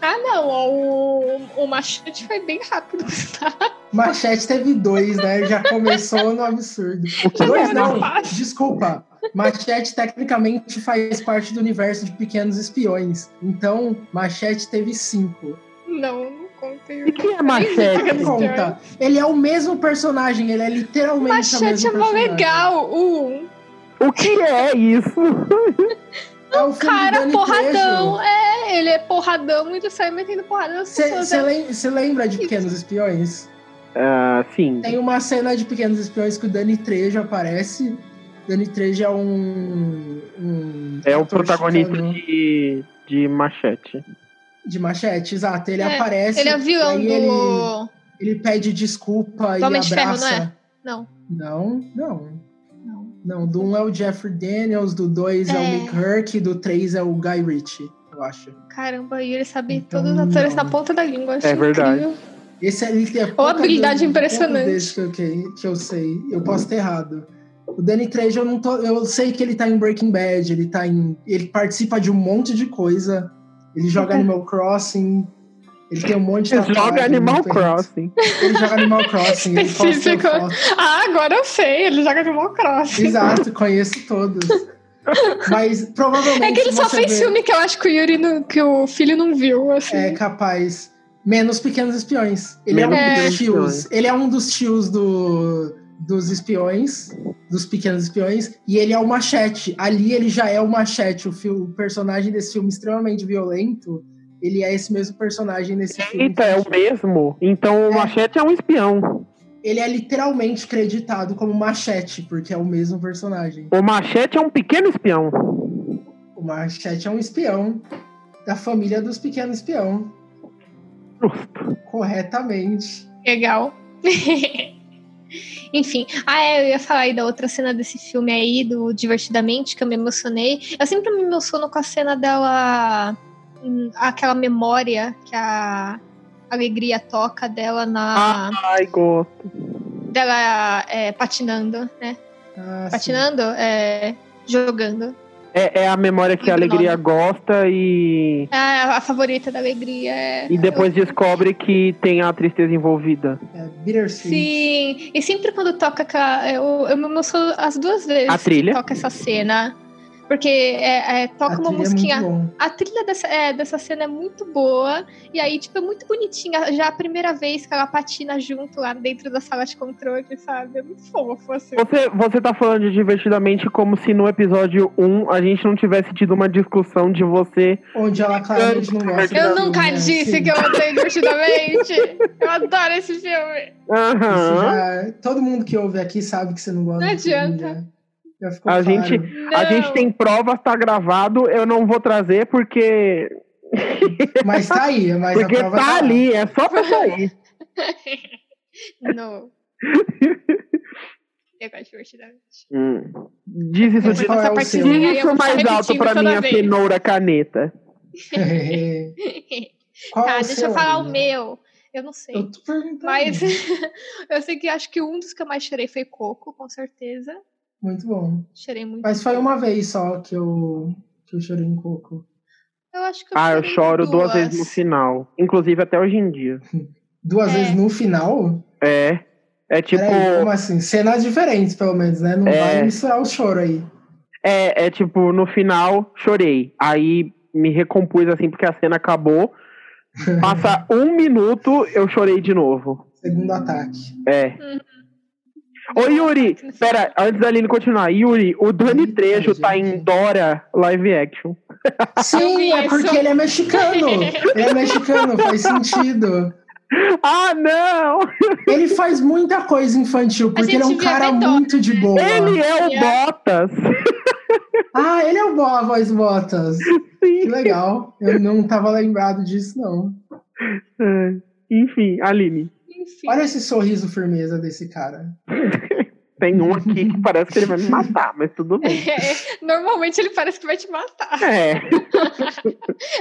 Ah, não. ó, O, o Machete foi bem rápido. [LAUGHS] Machete teve dois, né? Já começou no absurdo. [LAUGHS] O que é Não, Dois não não, faz. desculpa. Machete tecnicamente faz parte do universo de Pequenos Espiões. Então, Machete teve cinco. Não, não contei. E quem é Machete? Ele conta. Ele é o mesmo personagem, ele é literalmente o Machete mesmo é mó personagem. legal. O um. O que é isso? É o filme do cara Danny porradão. É, ele é porradão e sai metendo porrada nas pessoas. Você É, lem cê lembra de Pequenos Espiões? Ah, sim. Tem uma cena de Pequenos Espiões que o Dani Trejo aparece. Dani Trejo é um. um É o ator protagonista chicano de, de Machete. de Machete, exato. Ele É, aparece. Ele é vilão aí do. Ele, ele pede desculpa e Do Homem de abraça. Ferro, não é? Não, não. Não. Não, do um é o Jeffrey Daniels, do dois é, o É. Nick Herc, do três é o Guy Ritchie, eu acho. Caramba, e ele sabe Então, todos os atores não. na ponta da língua. eu acho É verdade. incrível. Esse é, ele é Ou habilidade impressionante. Desde que, eu, que- que eu sei. Eu posso ter errado. O Danny Trejo, eu não tô. Eu sei que ele tá em Breaking Bad, ele tá em. Ele participa de um monte de coisa. Ele Uhum. joga Animal Crossing. Ele tem um monte de. tatuagem, Joga Animal não tem- Crossing. Ele joga [LAUGHS] Animal Crossing. ele posta Específico. foto. Ah, agora eu sei, ele joga Animal Crossing. Exato, conheço [LAUGHS] todos. Mas provavelmente. É que ele só você fez vê- filme que eu acho que o Yuri não- que o filho não viu, assim. É capaz. Menos Pequenos Espiões. Ele é um Menos dos Pequenos tios. Espiões. Ele é um dos tios do, dos espiões, dos pequenos espiões, e ele é o machete. Ali ele já é o machete. O, fi- o personagem desse filme extremamente violento. Ele é esse mesmo personagem nesse filme. Eita, é o mesmo? Então o É. Machete é um espião. Ele é literalmente creditado como machete, porque é o mesmo personagem. O Machete é um pequeno espião. O machete é um espião da família dos pequenos espião, Justo. corretamente. Legal. [LAUGHS] Enfim, ah, é, eu ia falar aí da outra cena desse filme aí, do Divertidamente, que eu me emocionei. Eu sempre me emociono com a cena dela, hum, aquela memória que a alegria toca dela na. Ai, gosto. dela é, patinando, né? Ah, sim. Patinando? É, jogando. É, é a memória que a alegria gosta e, Ah, a favorita da alegria é. e depois descobre que tem a tristeza envolvida. É, Bittersweet. Sim, e sempre quando toca. ca- Eu, eu me emociono as duas vezes A trilha? que toca essa cena. Porque é, é, toca A uma trilha é musiquinha. muito bom. a trilha dessa, é, dessa cena é muito boa. E aí, tipo, é muito bonitinha. Já a primeira vez que ela patina junto lá dentro da sala de controle, sabe? É muito fofo, assim. Você, você tá falando de divertidamente como se no episódio 1 a gente não tivesse tido uma discussão de você. Onde ela claramente não gosta. Eu do nunca filme, né? disse Sim. que eu odeio divertidamente. eu adoro esse filme. Isso Aham. já- é- todo mundo que ouve aqui sabe que você não gosta. Não do filme, adianta. né? Já ficou A claro. gente- é A Não. gente tem provas, tá gravado, eu não vou trazer porque. Mas tá aí, mas a Porque prova tá lá. [LAUGHS] ali, é só pra sair. [LAUGHS] Não. Eu gosto de divertidamente. Hum. Diz isso, Mas de- qual é o diz seu? Aí eu isso vou ficar mais alto repetindo pra é toda minha vez. cenoura caneta. É. Qual é Tá, o deixa seu, eu falar o amiga? meu. Eu não sei. Eu tô perguntando. Mas [LAUGHS] eu sei que acho que um dos que eu mais chorei foi Coco, com certeza. Muito bom. Chorei muito. Mas foi uma vez só que eu, que eu chorei um coco. Eu acho que eu Ah, eu chorei choro duas vezes no final. Inclusive até hoje em dia. Duas É. vezes no final? É. É tipo. Peraí, como assim? Cenas diferentes, pelo menos, né? Não É. vai misturar o choro aí. É, é tipo, no final, chorei. Aí me recompus assim, porque a cena acabou. [LAUGHS] Passa um minuto, eu chorei de novo. Segundo ataque. É. Ô, Yuri, pera, antes da Aline continuar. Yuri, o Dani Eita, Trejo tá gente. em Dora live action. Eu vi Sim, é isso. porque ele é mexicano. Ele é mexicano, [LAUGHS] faz sentido. Ah, não! Ele faz muita coisa infantil, porque ele é um gente vê cara até dó, muito de boa. Ele é o Yeah. Botas. Ah, ele é o Boa Voz Botas. Que Sim. legal. Eu não tava lembrado disso, não. É. Enfim, Aline, Enfim. [LAUGHS] Olha esse sorriso firmeza desse cara. tem um aqui que parece que ele vai me matar, mas tudo [LAUGHS] bem. É, Normalmente ele parece que vai te matar. É.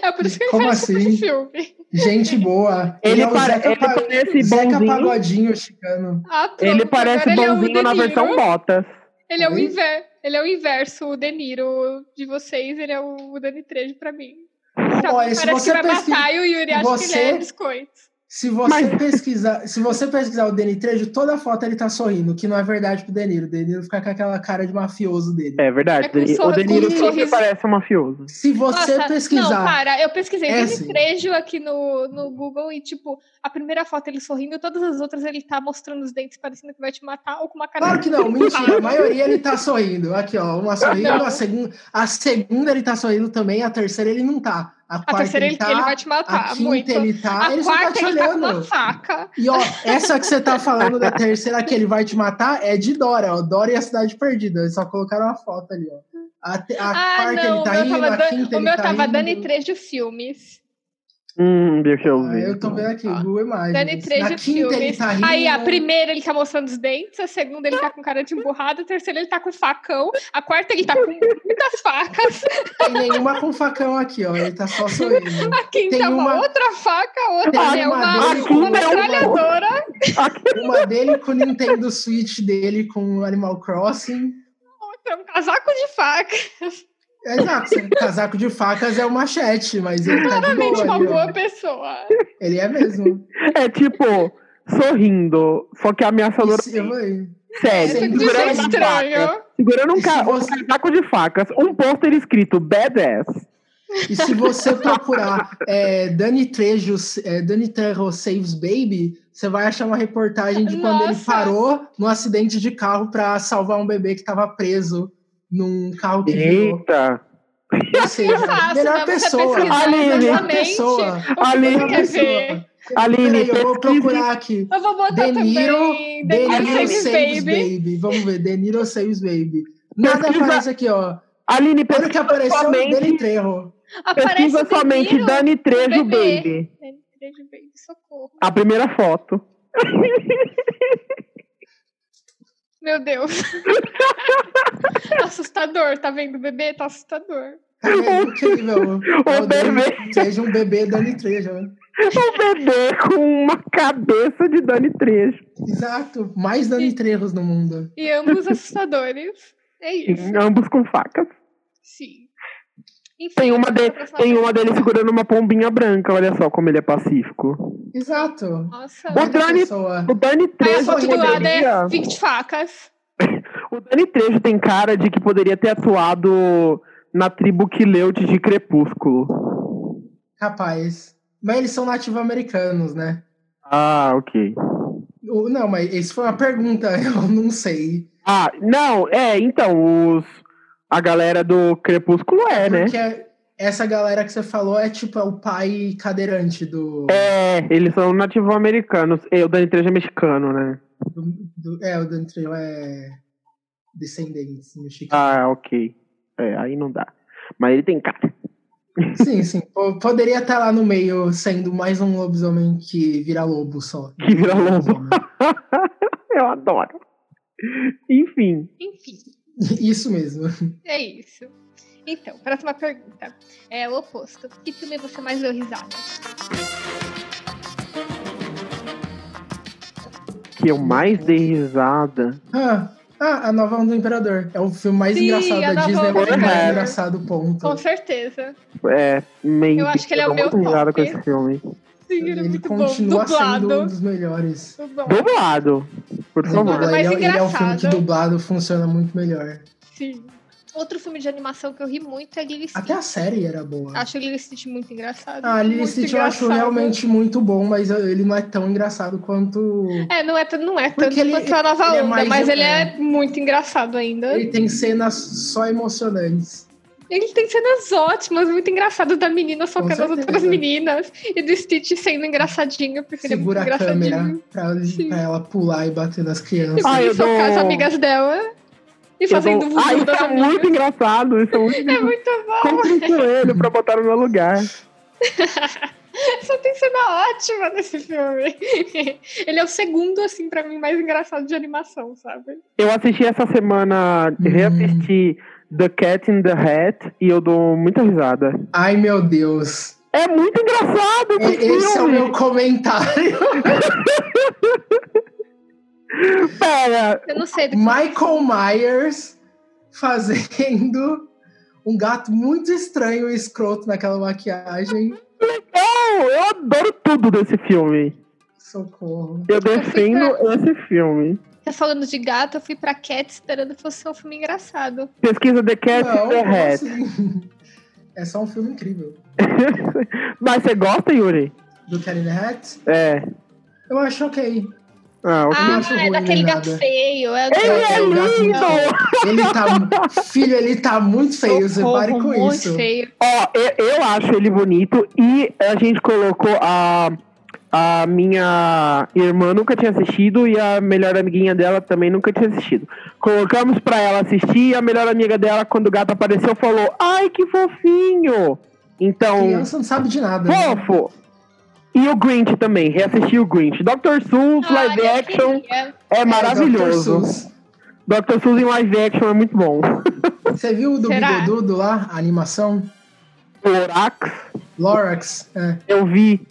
É por isso que ele Como faz esse assim? filme. Gente boa. Ele, é o pare- Zeca ele Pa- parece Zeca bonzinho. Pagodinho chicano. Ah, pronto, Ele parece agora ele é o bonzinho na De Niro. versão Botas. Ele é, o Oi? inver... ele é o inverso, o De Niro de vocês, ele é o Dani Trejo pra mim. Pra mim, Olha, se parece você que vai pesquisa- matar e o Yuri acha que ele Você- é biscoito. Se você pesquisar, se você pesquisar o Deni Trejo, toda foto ele tá sorrindo, que não é verdade pro Deniro. O Deniro fica com aquela cara de mafioso dele. É verdade. É com o sor- Danilo com sempre sorriso. parece um mafioso. Se você Nossa, Não, pesquisar, para, eu pesquisei É Dani assim. Trejo aqui no, no Google e, tipo, a primeira foto ele sorrindo, todas as outras ele tá mostrando os dentes, parecendo que vai te matar, ou com uma cara claro que não, mentira. A maioria ele tá sorrindo. Aqui, ó, uma sorrindo, Não. a segunda, a segunda ele tá sorrindo também, a terceira ele não tá. A quarta A terceira ele ele, tá, ele vai te matar, a quinta muito. ele tá, a ele só tá quarta te ele tá com uma olhando. faca. E ó, essa que você tá falando da terceira que ele vai te matar é de Dora, ó. Dora e a Cidade Perdida. Eles só colocaram a foto ali, ó. A, te- a Ah, quarta não, ele o tá meu indo, tava, a Dan- quinta o ele meu tá tava indo. Dani Trejo Filmes. Hum, deixa eu Ah, ver. eu tô vendo aqui, Ó, Google Imagens. Dani Na Trejo quinta ele Filmes. tá rindo. Aí a primeira ele tá mostrando os dentes, a segunda ele tá com cara de emburrado, a terceira ele tá com facão, a quarta ele tá com muitas facas, Tem nenhuma com facão aqui, ó. Ele tá [LAUGHS] só sorrindo. a quinta Tem é uma, uma- outra faca, a outra Tem é uma uma, dele uma com- metralhadora. Uma dele com o Nintendo Switch dele com o Animal Crossing. Tem um casaco de faca. É, [LAUGHS] Exato, esse casaco de facas é o machete, mas ele tá de Realmente boa uma ali, ó. boa pessoa. Ele [LAUGHS] é mesmo. É tipo, sorrindo, só que ameaçadora. Isso, eu vou aí. É, Sério, Sim, tudo Segurando de a jeito segurando uma faca. estranho. Segurando um, E se ca... um você- casaco de facas, um pôster escrito Badass. E se você procurar é, Dani Trejo, é, Dani Trejo Saves Baby, você vai achar uma reportagem de quando ele Nossa. parou no acidente de carro para salvar um bebê que estava preso num carro que virou. Eita. Ou seja, fácil, melhor né? Você pessoa. pesquisar Aline. Melhor exatamente pessoa. o que Aline. você Melhor quer pessoa. ver. Aline, Peraí, eu vou pesquise- procurar aqui. Eu vou botar De Niro, também. De Danilo Niro Saves Saves Baby. Baby. Vamos ver, De Niro Saves Baby. Nada Pesquisa- aparece aqui, ó. Aline, Olha o que pesquisa apareceu, somente- Dani Trejo. Aparece Pesquisa o De somente Niro. Dani Trejo um bebê. Baby. Danny Trejo Baby, socorro. A primeira foto. Meu Deus. [LAUGHS] assustador, tá vendo? O bebê tá assustador. [LAUGHS] Tá vendo? Incrível. É O Dani- bebê. Seja um bebê Dani Trejo. né? Um bebê com uma cabeça de Dani Trejo. Exato. Mais Dani Trejos no mundo. E ambos assustadores. É isso. Ambos com facas. Sim. Enfim, Tem uma, de- pra falar- tem uma dele segurando uma pombinha branca, olha só como ele é pacífico. Exato. Nossa. O Dani- Pessoa. O Dani Aí a Trejo foto do lado é poderia... 20 facas. O Dani Trejo tem cara de que poderia ter atuado na tribo Quileute de Crepúsculo. Capaz. Mas eles são nativo-americanos, né? Ah, ok. O- Não, mas isso foi uma pergunta, [LAUGHS] eu não sei. Ah, não, é, então, os... A galera do Crepúsculo é, né? Porque essa galera que você falou é tipo é o pai cadeirante do. É, eles são nativo-americanos. E o Dani Trejo é mexicano, né? do- do- é, o Dan Trail é descendente mexicano. Ah, ok. É, aí não dá. Mas ele tem cara. Sim, sim. po- Poderia estar lá no meio sendo mais um lobisomem que vira lobo só. [LAUGHS] Que vira lobo. Lobisomem. Eu adoro. Enfim. Enfim, [LAUGHS] Isso mesmo. é isso. Então, próxima pergunta. É o oposto. Que filme você mais deu risada? Que eu mais dei risada. Ah, ah, a nova onda do Imperador. É o filme mais Sim, engraçado a da nova Disney, onda do mas o mais Imperador. engraçado, ponto. Com certeza. É, meio. Eu acho que ele é o eu dou meu muita risada top. com esse filme. Sim, ele é Ele muito bom. continua sendo um Dublado. dos melhores. Dublado. Dublado. Por favor. Dublado. mais ele, é- ele é um filme que engraçado. dublado funciona muito melhor. Sim. Outro filme de animação que eu ri muito é Lily Stitch. Até a série era boa. Acho Lily Stitch muito engraçado. Ah, Lily muito Stitch eu acho engraçado. realmente muito bom, mas ele não é tão engraçado quanto. É, não é, t- não é Porque tanto ele- quanto a nova ele é onda, mais- mas ele é, é. muito engraçado ainda. Ele tem cenas só emocionantes. Ele tem cenas ótimas, muito engraçado da menina socando as certeza. outras meninas e do Stitch sendo engraçadinho, porque Segura ele é a muito engraçadinho. câmera pra, Sim. pra ela pular e bater nas E crianças. Ah, vai eu dou- socar as amigas dela e Eu fazendo dou- voodoo Ah, isso das é amigas. muito engraçado. Isso é muito É engraçado. muito bom. Compre um coelho pra botar no meu lugar. Só tem cena ótima nesse filme. [LAUGHS] Ele é o segundo, assim, pra mim, mais engraçado de animação, sabe? Eu assisti essa semana, Hum. reassisti The Cat in the Hat e eu dou muita risada. Ai, meu Deus. É muito engraçado É- esse Esse é o filme. meu comentário. [LAUGHS] Pera, Eu não sei do que Michael Myers fazendo um gato muito estranho e escroto naquela maquiagem. não, eu adoro tudo desse filme. Socorro. Eu Você defendo esse filme. Tá falando de gato, eu fui pra Cat esperando que fosse ser um filme engraçado. Pesquisa The Cat in Não, the como Hat. assim? [LAUGHS] É só um filme incrível. [LAUGHS] Mas você gosta, Yuri? Do Cat in the Hat? É. Eu acho ok. Ah, ok. Ah, acho é ruim, né, daquele nem gato nada. feio. É Ele é eu gosto lindo! muito. Ele tá. filho, ele tá muito feio, você Socorro, pare com muito isso. feio. Ó, eu, eu acho ele bonito e a gente colocou a, a minha irmã nunca tinha assistido e a melhor amiguinha dela também nunca tinha assistido. Colocamos pra ela assistir e a melhor amiga dela, quando o gato apareceu, falou: Ai, que fofinho! Então, Criança não sabe de nada. né? fofo! E o Grinch também, reassisti o Grinch. Dr. Um Seuss, live Ah, eu action, queria. é maravilhoso. Dr. Seuss. Dr. Seuss em live action é muito bom. [LAUGHS] Você viu o do Será? Bigodudo lá, a animação? O Orax, Lorax. É, eu vi.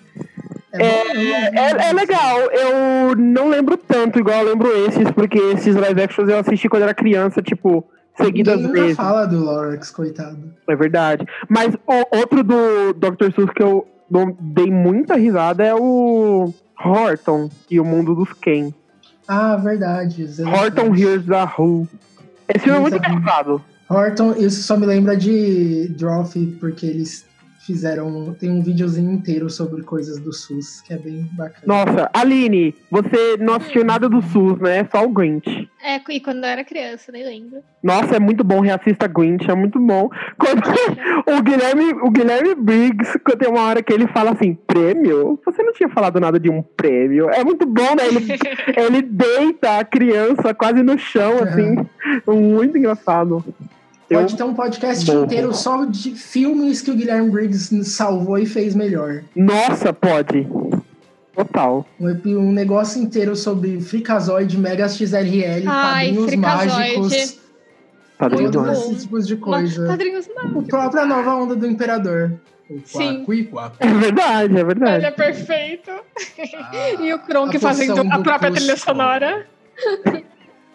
é, bom, né? É, é legal, eu não lembro tanto igual eu lembro esses, porque esses live actions eu assisti quando era criança, tipo, seguidas Ninguém nunca vezes. fala do Lorax, coitado. É verdade. Mas o- outro do Dr. Seuss que eu dou- dei muita risada é o Horton e o Mundo dos Ken. Ah, verdade. é. Horton Hears a Who. Esse filme é muito Muito bom. engraçado. Horton, isso só me lembra de Drawfee, porque eles fizeram. Tem um videozinho inteiro sobre coisas do SUS, que é bem bacana. Nossa, Aline, você não assistiu nada do SUS, né? Só o Grinch. É, e quando eu era criança, nem lembro. Nossa, é muito bom, reassista Grinch, é muito bom. Quando- [LAUGHS] O Guilherme, o Guilherme Briggs, quando tem uma hora que ele fala assim, prêmio? Você não tinha falado nada de um prêmio. É muito bom, né? Ele, ele deita a criança quase no chão, assim. Muito engraçado. Eu, Pode ter um podcast Bom. inteiro só de filmes que o Guilherme Briggs salvou e fez melhor. nossa, pode. Total. Um, epi- um negócio inteiro sobre Frikazoid, Megas XRL, Ai, Padrinhos Frikazoid. Mágicos, Tá Muito doido, todos né? bom. esses tipos de Mas, coisa. Padrinhos Mágicos. O própria nova onda do Imperador. Sim. Quacu e [LAUGHS] quacu. É verdade, é Ele verdade. é perfeito. Ah, E o Kronk a fazendo poção a do própria Cusco. trilha sonora.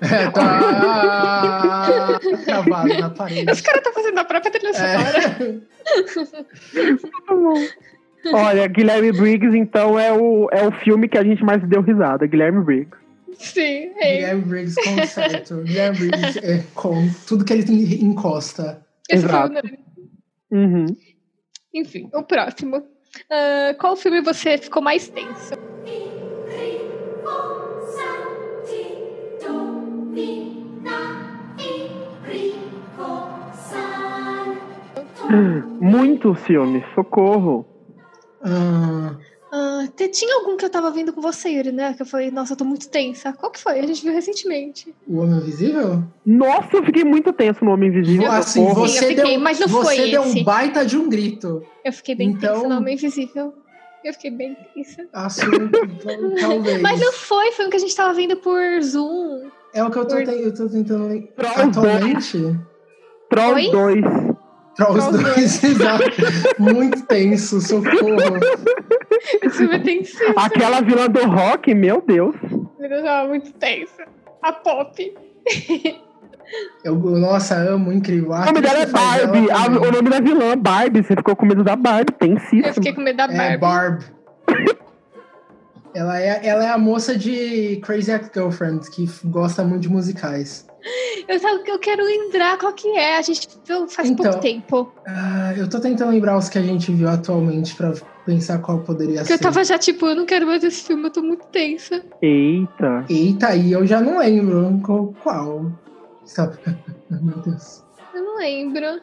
É, [LAUGHS] tá travado na parede. Esse cara tá fazendo a própria trilha sonora. É. Olha, Guilherme Briggs, então, é o, é o filme que a gente mais deu risada. Guilherme Briggs. Sim, é. Guilherme Briggs concerto. Guilherme Briggs é com tudo que ele encosta. Esse foi o exato. nome. Uhum. Enfim, o próximo. Ah, qual filme você ficou mais tenso? Muitos filmes, socorro. Ah, Ah, te- tinha algum que eu tava vendo com você, Yuri, né? Que eu falei, nossa, eu tô muito tensa. Qual que foi? A gente viu recentemente. o Homem Invisível? Nossa, eu fiquei muito tenso no Homem Invisível. Eu assim, socorro. você- eu fiquei, mas não você foi deu esse. um baita de um grito. Eu fiquei bem Então- tensa no Homem Invisível. Eu fiquei bem tensa. Assunto, talvez. Mas não foi, foi um que a gente tava vendo por Zoom. É o que eu tô, Por- ten- eu tô tentando lem- Trolls atualmente. Trolls Oi? 2. Trolls Trolls 2, [LAUGHS] exato. Muito tenso, socorro. Esse filme é tensíssimo. Aquela vilã do rock, meu Deus. Meu Deus, eu tava muito tensa. A Pop. Eu, nossa, amo, incrível. O nome dela é Barbie. A- o nome da vilã, é Barbie. Você ficou com medo da Barbie. Eu Tensíssimo. fiquei com medo da É Barbie. Barb. ela, é, ela é a moça de Crazy Ex-Girlfriend, que f- gosta muito de musicais. Eu, tava- eu quero lembrar qual que é. A gente viu faz Então, pouco tempo. Ah, eu tô tentando lembrar os que a gente viu atualmente pra pensar qual poderia Porque ser. eu tava já tipo, eu não quero mais esse filme, eu tô muito tensa. Eita. Eita, aí eu já não lembro qual. qual. Sabe? [LAUGHS] Meu Deus. Eu não lembro.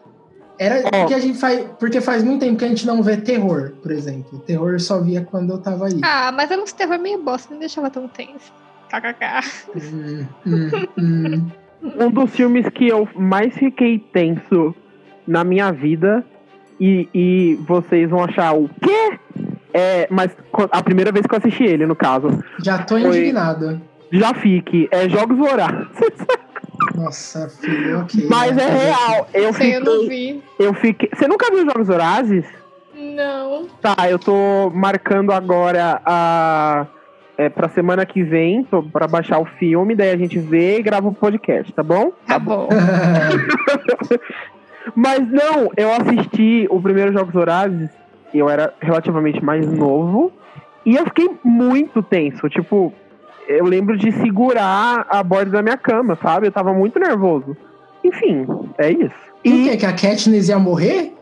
Era Ó. porque a gente faz. Porque faz muito tempo que a gente não vê terror, por exemplo. Terror eu só via quando eu tava aí. Ah, mas era um terror meio bosta, não me deixava tão tensa. KKK. Hum, hum, hum. Um dos filmes que eu mais fiquei tenso na minha vida. E, e vocês vão achar o quê? É, mas co- a primeira vez que eu assisti ele, no caso. Já tô Foi. indignado. Já fique. É Jogos Vorazes. Nossa, filho, ok. Mas né? é real. Eu Sei, eu não fiquei, vi. eu fiquei. Você nunca viu Jogos Vorazes? Não. Tá, eu tô marcando agora a. É, pra semana que vem, tô pra baixar o filme, daí a gente vê e grava o podcast, tá bom? Tá bom. Mas não, eu assisti o primeiro Jogos Vorazes, eu era relativamente mais novo, e eu fiquei muito tenso. Tipo, eu lembro de segurar a borda da minha cama, sabe? Eu tava muito nervoso. Enfim, é isso. [LAUGHS] E o E, quê? Que a Katniss ia morrer?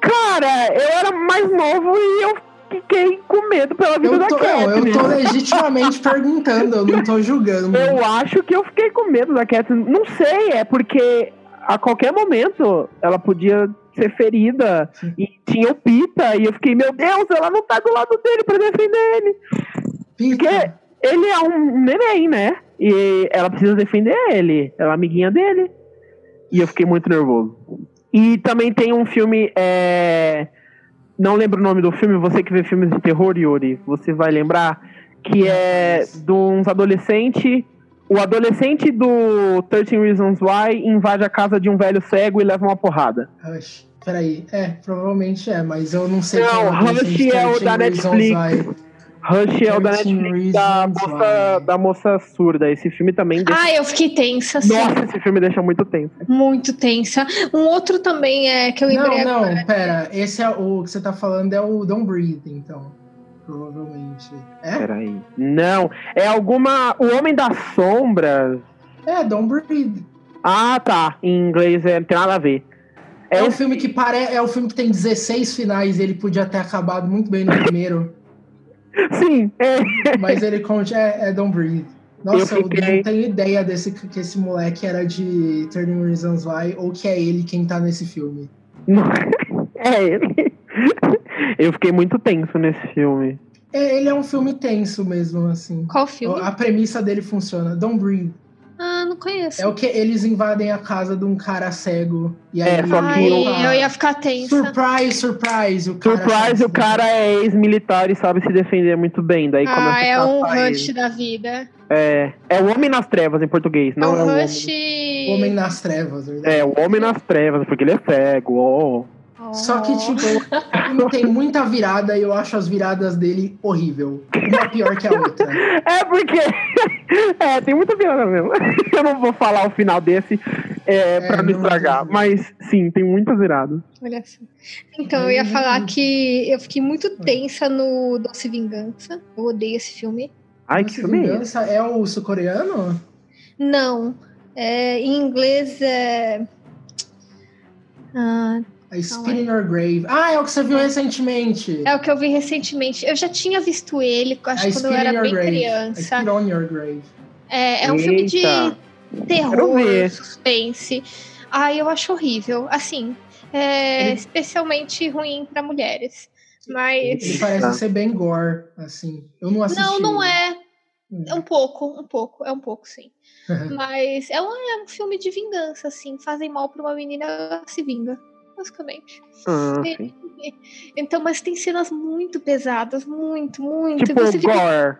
cara, eu era mais novo e eu fiquei com medo pela vida Eu da tô, não, eu Katniss. tô [LAUGHS] legitimamente perguntando, eu não tô julgando. Eu acho que eu fiquei com medo da Katniss. Não sei, é porque a qualquer momento ela podia ser ferida. E tinha o Pita, e eu fiquei, meu Deus, ela não tá do lado dele pra defender ele. Pita, Ele é um neném, né? E ela precisa defender ele. Ela é amiguinha dele. E eu fiquei muito nervoso. E também tem um filme. é, Não lembro o nome do filme, você que vê filmes de terror, Yuri, você vai lembrar. Que é de uns adolescentes. O adolescente do 13 Reasons Why invade a casa de um velho cego e leva uma porrada. Rush. Peraí, é, provavelmente é, mas eu não sei. Não, Rush quem adolescente é o da 13 Reasons Netflix. Why. Rush é o da 13 Netflix da Reasons moça, Why. da moça surda. Esse filme também deixa. Ah, eu fiquei tensa, sim. Nossa, esse filme deixa muito tenso. Muito tensa. Um outro também é que eu lembrei Não, agora. não, pera. Esse é o que você tá falando é o Don't Breathe, então. Provavelmente. É? Peraí. Não, é alguma. O Homem das Sombras. É, Don't Breathe. Ah, tá. Em inglês é, não tem nada a ver. É, É um o filme que parece. É o filme que tem 16 finais, ele podia ter acabado muito bem no primeiro. Sim, é. [LAUGHS] mas ele conte. É, é Don't Breathe. Nossa, eu, Eu fiquei- não tenho ideia desse que esse moleque era de Turning Reasons Why ou que é ele quem tá nesse filme. É ele. [LAUGHS] Eu fiquei muito tenso nesse filme. É, ele é um filme tenso mesmo, assim. Qual filme? A premissa dele funciona. Don't Breathe. Ah, não conheço. É o que eles invadem a casa de um cara cego. E aí É, só que Ai, eu- eu ia ficar tensa. Surprise, surprise. O cara Surprise, o cara é ex-militar e sabe se defender muito bem. Daí Ah, começa é a um caçar ele. rush da vida. É, é o Homem nas Trevas em português, não é é, um o rush. Homem... Homem nas trevas, verdade? É, o Homem nas Trevas, porque ele é cego. ó. Oh. Só que, tipo, o filme tem muita virada e eu acho as viradas dele horrível. Uma pior que a outra. É porque [LAUGHS] É, tem muita piada mesmo. [LAUGHS] Eu não vou falar o final desse é, É, pra não não- estragar. Mas sim, tem muitas iradas. Olha só. Então, eu ia Uhum. falar que eu fiquei muito tensa no Doce Vingança. Eu odeio esse filme. Ai, Doce que filme é esse? Vingança é o sul-coreano? Não. É, em inglês é. Ah, A Spin in Your Grave. Ah, é o que você viu recentemente. é o que eu vi recentemente. Eu já tinha visto ele, a acho que quando eu Spin in era Your bem Grave. A criança. Spin on Your Grave. É, é um filme de Eita. Quero terror, ver. suspense. Ai, eu acho horrível. Assim, é Ele- especialmente ruim para mulheres. Ele Mas. Tá. parece ser bem gore, assim. Eu não assisti. Não, não é. É Hum. um pouco, um pouco, é um pouco, sim. [LAUGHS] Mas é um, é um filme de vingança, assim. Fazem mal pra uma menina, ela se vinga, basicamente. Ah, sim. [LAUGHS] Então, mas tem cenas muito pesadas, muito, muito. Tipo, gore.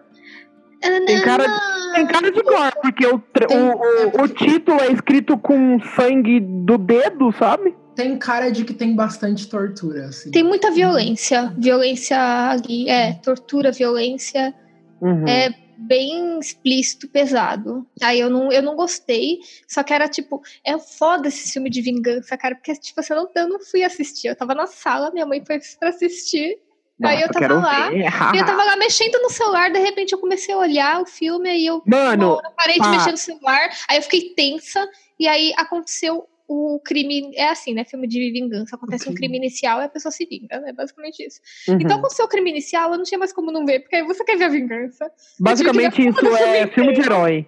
Ah, Tem cara de- então não. Tem cara de gore, porque o, tra- Tem- o, o, o título é escrito com sangue do dedo, sabe? Tem cara de que tem bastante tortura, assim. Tem muita violência. Violência ali, é, tortura, violência. Uhum. É, Bem explícito, pesado. Aí eu não, eu não gostei. Só que era tipo, é foda esse filme de vingança, cara. Porque, tipo, assim, eu não, eu não fui assistir. Eu tava na sala, minha mãe foi pra assistir. aí eu tava quero lá, ver. E eu tava lá mexendo no celular, de repente eu comecei a olhar o filme, aí eu uma [LAUGHS] Mano, hora parei de pá. mexer no celular, aí eu fiquei tensa, e aí aconteceu o crime. É assim, né? Filme de vingança. Acontece um crime. crime inicial e a pessoa se vinga, né? Basicamente isso. uhum. Então aconteceu o crime inicial, eu não tinha mais como não ver, porque aí você quer ver a vingança. [LAUGHS] basicamente eu tive que ver isso todo é filme filme de herói.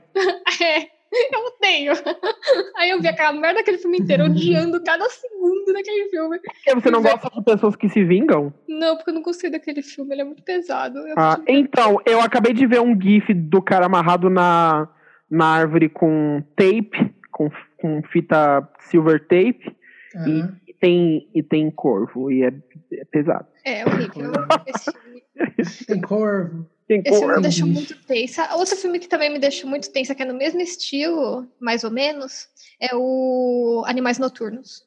É, eu odeio. [LAUGHS] Aí eu vi aquela merda daquele filme [LAUGHS] inteiro, odiando cada segundo daquele filme. Porque você não gosta de pessoas que se vingam? Não, porque eu não gostei daquele filme, ele é muito pesado. Eu Ah, tive- então, eu acabei de ver um GIF do cara amarrado na, na árvore com tape, com, com fita silver tape, Aham. e tem, e tem corvo, e é, é pesado. É, horrível. Esse filme. Tem corvo. Tem Esse filme me é corvo. deixou muito tensa. Outro filme que também me deixou muito tensa, que é no mesmo estilo, mais ou menos, é o Animais Noturnos.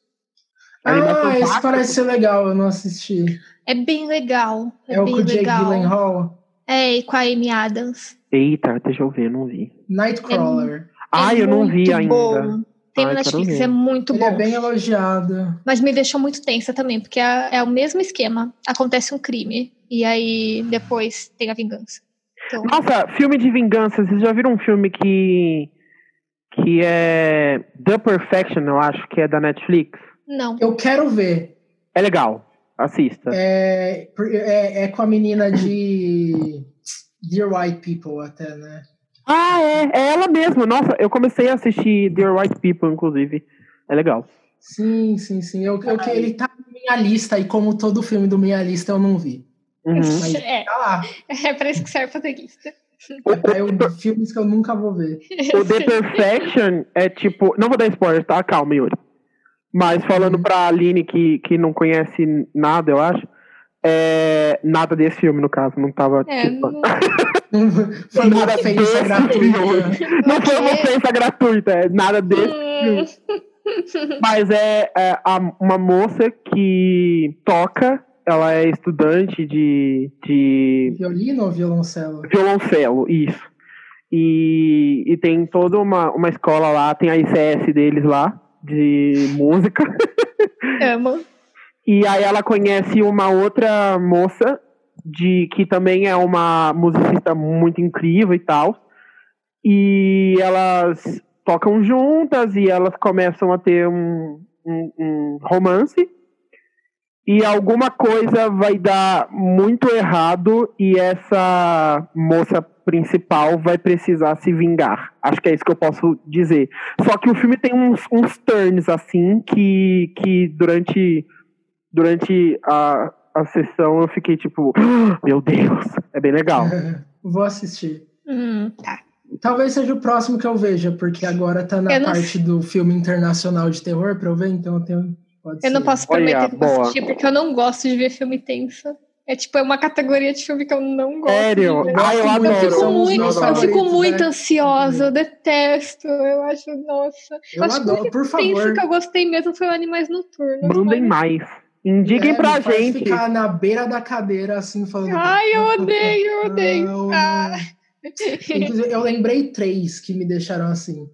Animais Ah, esse fantásticos. parece ser legal, eu não assisti. É bem legal. É, É, o bem com o Jake legal. Gyllenhaal? É, e com a Amy Adams. Eita, deixa eu ver, não vi. Nightcrawler. Ai, é eu não vi muito ainda. Bom. Ah, Tem no Ai, quero Netflix, ver. é muito Ele bom. é bem elogiado. Mas me deixou muito tensa também, porque é, é o mesmo esquema. Acontece um crime. E aí depois tem a vingança. Então, Nossa, filme de vingança, vocês já viram um filme que. que é. The Perfection, eu acho, que é da Netflix? não. Eu quero ver. É legal, assista. É, é, é com a menina de Dear White People, até, né? Ah, é, é ela mesma. Nossa, eu comecei a assistir Dear White People, inclusive. É legal. Sim, sim, sim. Eu, eu, que- ele tá na minha lista, e como todo filme do minha lista, eu não vi. Uhum. mas- É, Tá lá. é pra isso que serve fazer lista. Tá, eu, filmes que eu nunca vou ver. [LAUGHS] O The Perfection é tipo. Não vou dar spoiler, tá? Calma, Yuri. Mas falando pra Aline, que, que não conhece nada, eu acho. É, nada desse filme, no caso, não tava. [LAUGHS] É, tipo, não- [LAUGHS] Foi uma nada ofensa desse gratuita. Não foi uma quê? ofensa gratuita, é nada desse. Hum, Uhum. Mas é, é a- uma moça que toca, ela é estudante de, de Violino ou violoncelo? violoncelo, isso. E, e tem toda uma, uma escola lá, tem a ICS deles lá, de música. amo. E aí ela conhece uma outra moça de que também é uma musicista muito incrível e tal. E elas tocam juntas e elas começam a ter um, um- um romance. E alguma coisa vai dar muito errado e essa moça principal vai precisar se vingar. Acho que é isso que eu posso dizer. Só que o filme tem uns, uns turns assim que, que durante durante a, a sessão eu fiquei tipo, "Ah, meu Deus, é bem legal. [LAUGHS] Vou assistir. Hum, tá. Talvez seja o próximo que eu veja, porque agora tá na Eu não- parte do filme internacional de terror pra eu ver, então eu tenho. Pode Eu não ser. posso Olha, prometer que eu vou boa. assistir, porque eu não gosto de ver filme tenso. É tipo, é uma categoria de filme que eu não gosto. Sério? de ver. Ah, eu Eu Eu adoro. fico são os muito, meus eu fico favoritos, muito né? ansiosa, eu detesto. Eu acho, nossa. Eu acho que o adoro, único por tenso favor. é, que eu gostei mesmo foi o Animais Noturnos. Mandem mas- mais. Indiquem É, pra me faz gente. ficar na beira da cadeira assim falando. Ai, eu odeio, eu odeio. Não, Ah, Inclusive, eu lembrei três que me deixaram assim.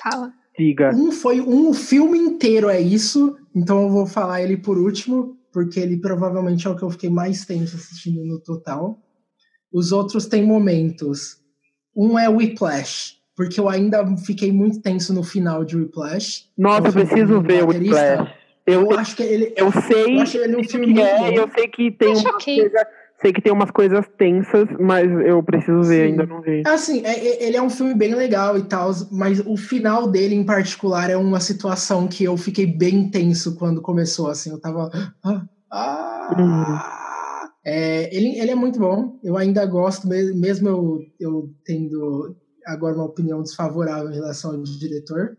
Fala. Diga. Um foi um o filme inteiro é isso, então eu vou falar ele por último, porque ele provavelmente é o que eu fiquei mais tenso assistindo no total. Os outros têm momentos. Um é Whiplash, porque eu ainda fiquei muito tenso no final de Whiplash. Então, Nossa, eu Nossa, preciso o ver o baterista, Whiplash. Eu, Eu acho que ele eu sei eu acho ele um filme que muito é, bom. eu sei que tem Acho umas ok. coisas, sei que tem umas coisas tensas, mas eu preciso ver, Sim. ainda não vi. É Assim, é- é- ele é um filme bem legal e tal, mas o final dele em particular é uma situação que eu fiquei bem tenso quando começou, assim, eu tava... Ah, ah. É, ele, ele é muito bom, eu ainda gosto, me- mesmo eu, eu tendo agora uma opinião desfavorável em relação ao diretor,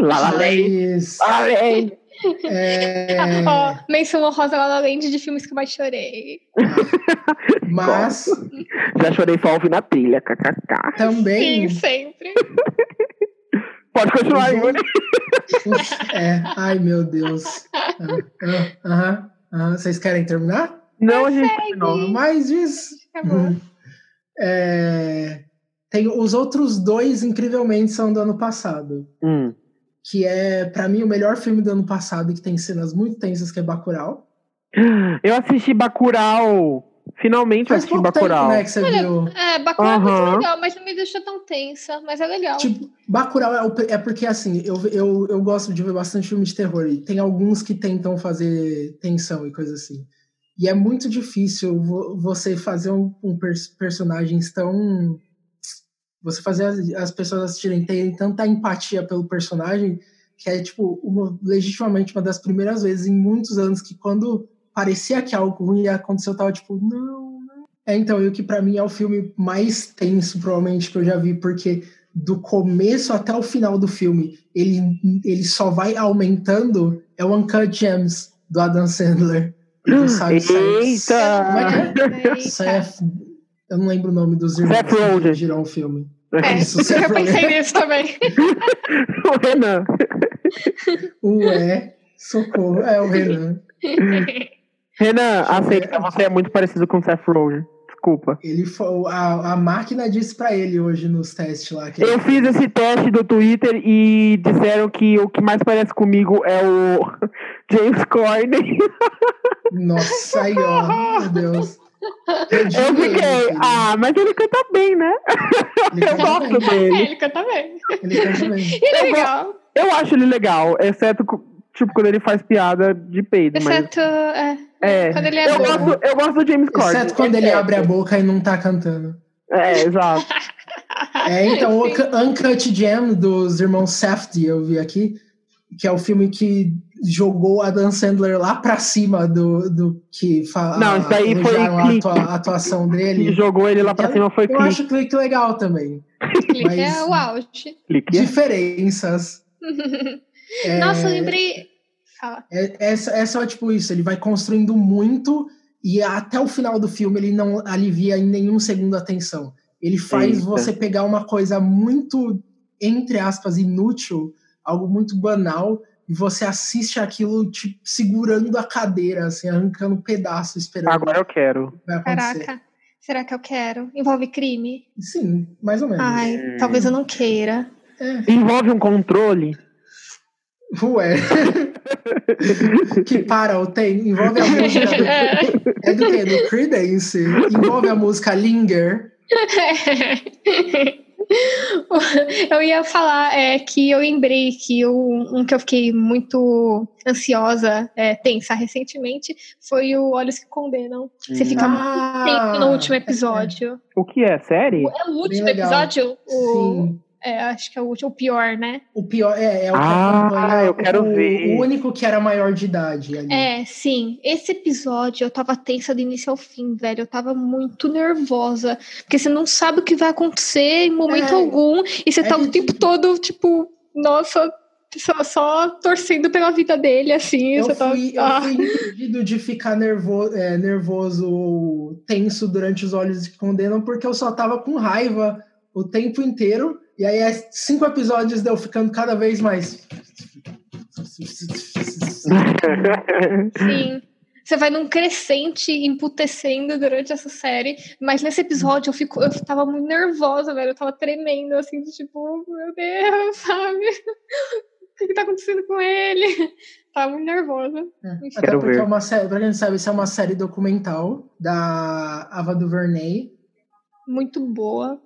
Lá, lá, lei. mas... Lá, lei. [LAUGHS] é, Tá, Ó, menção honrosa lá na lente de filmes que eu mais chorei. mas Já chorei só ouvindo a trilha, kkk. também... Sim, sempre. Pode continuar, Yuri. Ups, é. Ai, meu Deus. Ah, ah, Aham. aham. Vocês querem terminar? Não, a gente terminou. Mas isso. Uhum. Acabou. É, Tem os outros dois, incrivelmente, são do ano passado. Hum. Que é, pra mim, o melhor filme do ano passado, e que tem cenas muito tensas, que é Bacurau. Eu assisti Bacurau. Finalmente eu Faz assisti pouco Então, Bacurau. tempo, né, que você Olha, viu. É, Bacurau é Aham. muito legal, mas não me deixou tão tensa. Mas é legal. Tipo, Bacurau é, o pr- é porque, assim, eu, eu, eu gosto de ver bastante filme de terror e tem alguns que tentam fazer tensão e coisa assim. E é muito difícil vo- você fazer um, um pers- personagens tão... Você fazer as, as pessoas assistirem terem tanta empatia pelo personagem que é, tipo, uma, legitimamente uma das primeiras vezes em muitos anos que quando parecia que algo ruim ia acontecer, eu tava tipo, não, não. É, então, e o que pra mim é o filme mais tenso, provavelmente, que eu já vi, porque do começo até o final do filme, ele, ele só vai aumentando, é o Uncut Gems do Adam Sandler. Não sabe se é- Como é Eita! que é? se é- eu não lembro o nome dos irmãos Seth Rogen. que dirigiram o filme. É, Isso, você eu pensei nisso também. O [LAUGHS] Renan. Ué, socorro. É o Renan. Renan, eu ver aceita. aqui. Você é muito parecido com o Seth Rogen. Desculpa. Ele foi, a, a máquina disse pra ele hoje nos testes lá. Que Eu fiz esse teste do Twitter e disseram que o que mais parece comigo é o [LAUGHS] James Corden. Nossa, aí, ó. Meu Deus. Eu fiquei, ah, mas ele canta bem, né? ele Eu canta gosto bem. É, dele. ele canta bem. Ele canta bem. Ele é Eu go- legal. Eu acho ele legal, exceto co- tipo quando ele faz piada de peido, mas Exceto. é, é. quando ele é Eu [LAUGHS] bom. gosto, eu gosto do James Corden. Exceto quando ele abre a boca e não tá cantando. É, exato. É, então, o Sim. Unc- Uncut Gem dos irmãos Safdie, eu vi aqui, que é o filme que jogou a Dan Sandler lá pra cima do, do que fala, Não, isso daí foi elogiaram a, clique. atua- a atuação E dele. jogou ele lá pra cima, foi Então, Eu clique. acho o clique legal também. Ele é Mas- o auge. clique. [LAUGHS] Diferenças. É, Nossa, eu lembrei. Fala. é, é, só- é só tipo isso, ele vai construindo muito e até o final do filme ele não alivia em nenhum segundo a tensão. Ele faz Eita. você pegar uma coisa muito, entre aspas, inútil, algo muito banal, e você assiste aquilo tipo, segurando a cadeira, assim, arrancando um pedaço, esperando Agora eu quero. o que vai acontecer. Caraca. Será que eu quero? Envolve crime? Sim, mais ou menos. Ai, Hum. talvez eu não queira. É. Envolve um controle. [LAUGHS] Ué, que para o tem, envolve a música [LAUGHS] do, é do quê? Do Creedence, envolve a música Linger. É. [LAUGHS] eu ia falar é, que eu lembrei que eu- um que eu fiquei muito ansiosa, é, tensa recentemente, foi o Olhos que Condenam. Você Hum. fica Ah, Então, É. muito tempo no último episódio. O que é? Série? É o último legal. episódio? O, Sim. é, acho que é o último, o pior, né? O pior é, é o que Ah, acompanha eu quero o, ver. o único que era maior de idade ali. É, sim. Esse episódio eu tava tensa do início ao fim, velho. Eu tava muito nervosa. Porque você não sabe o que vai acontecer em momento É. algum. E você É tá o que, tempo tipo- todo, tipo, nossa, só, só torcendo pela vida dele, assim. Eu você tá. fui, eu ah. fui impedido de ficar nervo, é, nervoso ou tenso durante os olhos que condenam, porque eu só tava com raiva o tempo inteiro. E aí, é cinco episódios deu ficando cada vez mais. [LAUGHS] Sim. Você vai num crescente emputecendo durante essa série. Mas nesse episódio eu, fico, eu tava muito nervosa, velho. Eu tava tremendo, assim, de tipo, meu Deus, [LAUGHS] sabe? O que, que tá acontecendo com ele? Tava muito nervosa. É. Até Quero porque ver. é uma série, pra quem não sabe, isso é uma série documental da Ava DuVernay. Muito boa.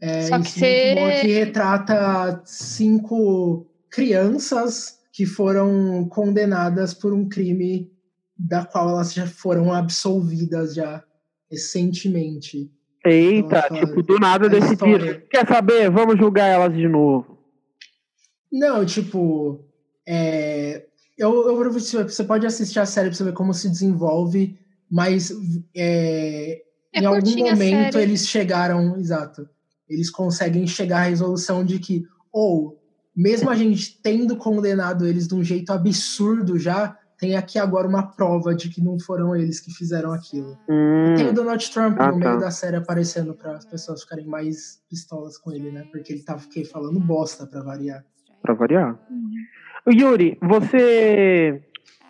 É Só que isso muito boa, você- que retrata cinco crianças que foram condenadas por um crime da qual elas já foram absolvidas já recentemente. Eita, Nossa, tipo, do nada a história. decidiram. Quer saber? Vamos julgar elas de novo. Não, tipo, é, eu, eu você pode assistir a série pra você ver como se desenvolve, mas é, É em algum curtinha a momento série. eles chegaram, exato, eles conseguem chegar à resolução de que, ou, mesmo a gente tendo condenado eles de um jeito absurdo já, tem aqui agora uma prova de que não foram eles que fizeram aquilo. Hum, Tem o Donald Trump Ah, no meio tá. da série aparecendo para as pessoas ficarem mais pistolas com ele, né? Porque ele tava fiquei falando bosta [LAUGHS] pra variar. pra variar. Yuri, você.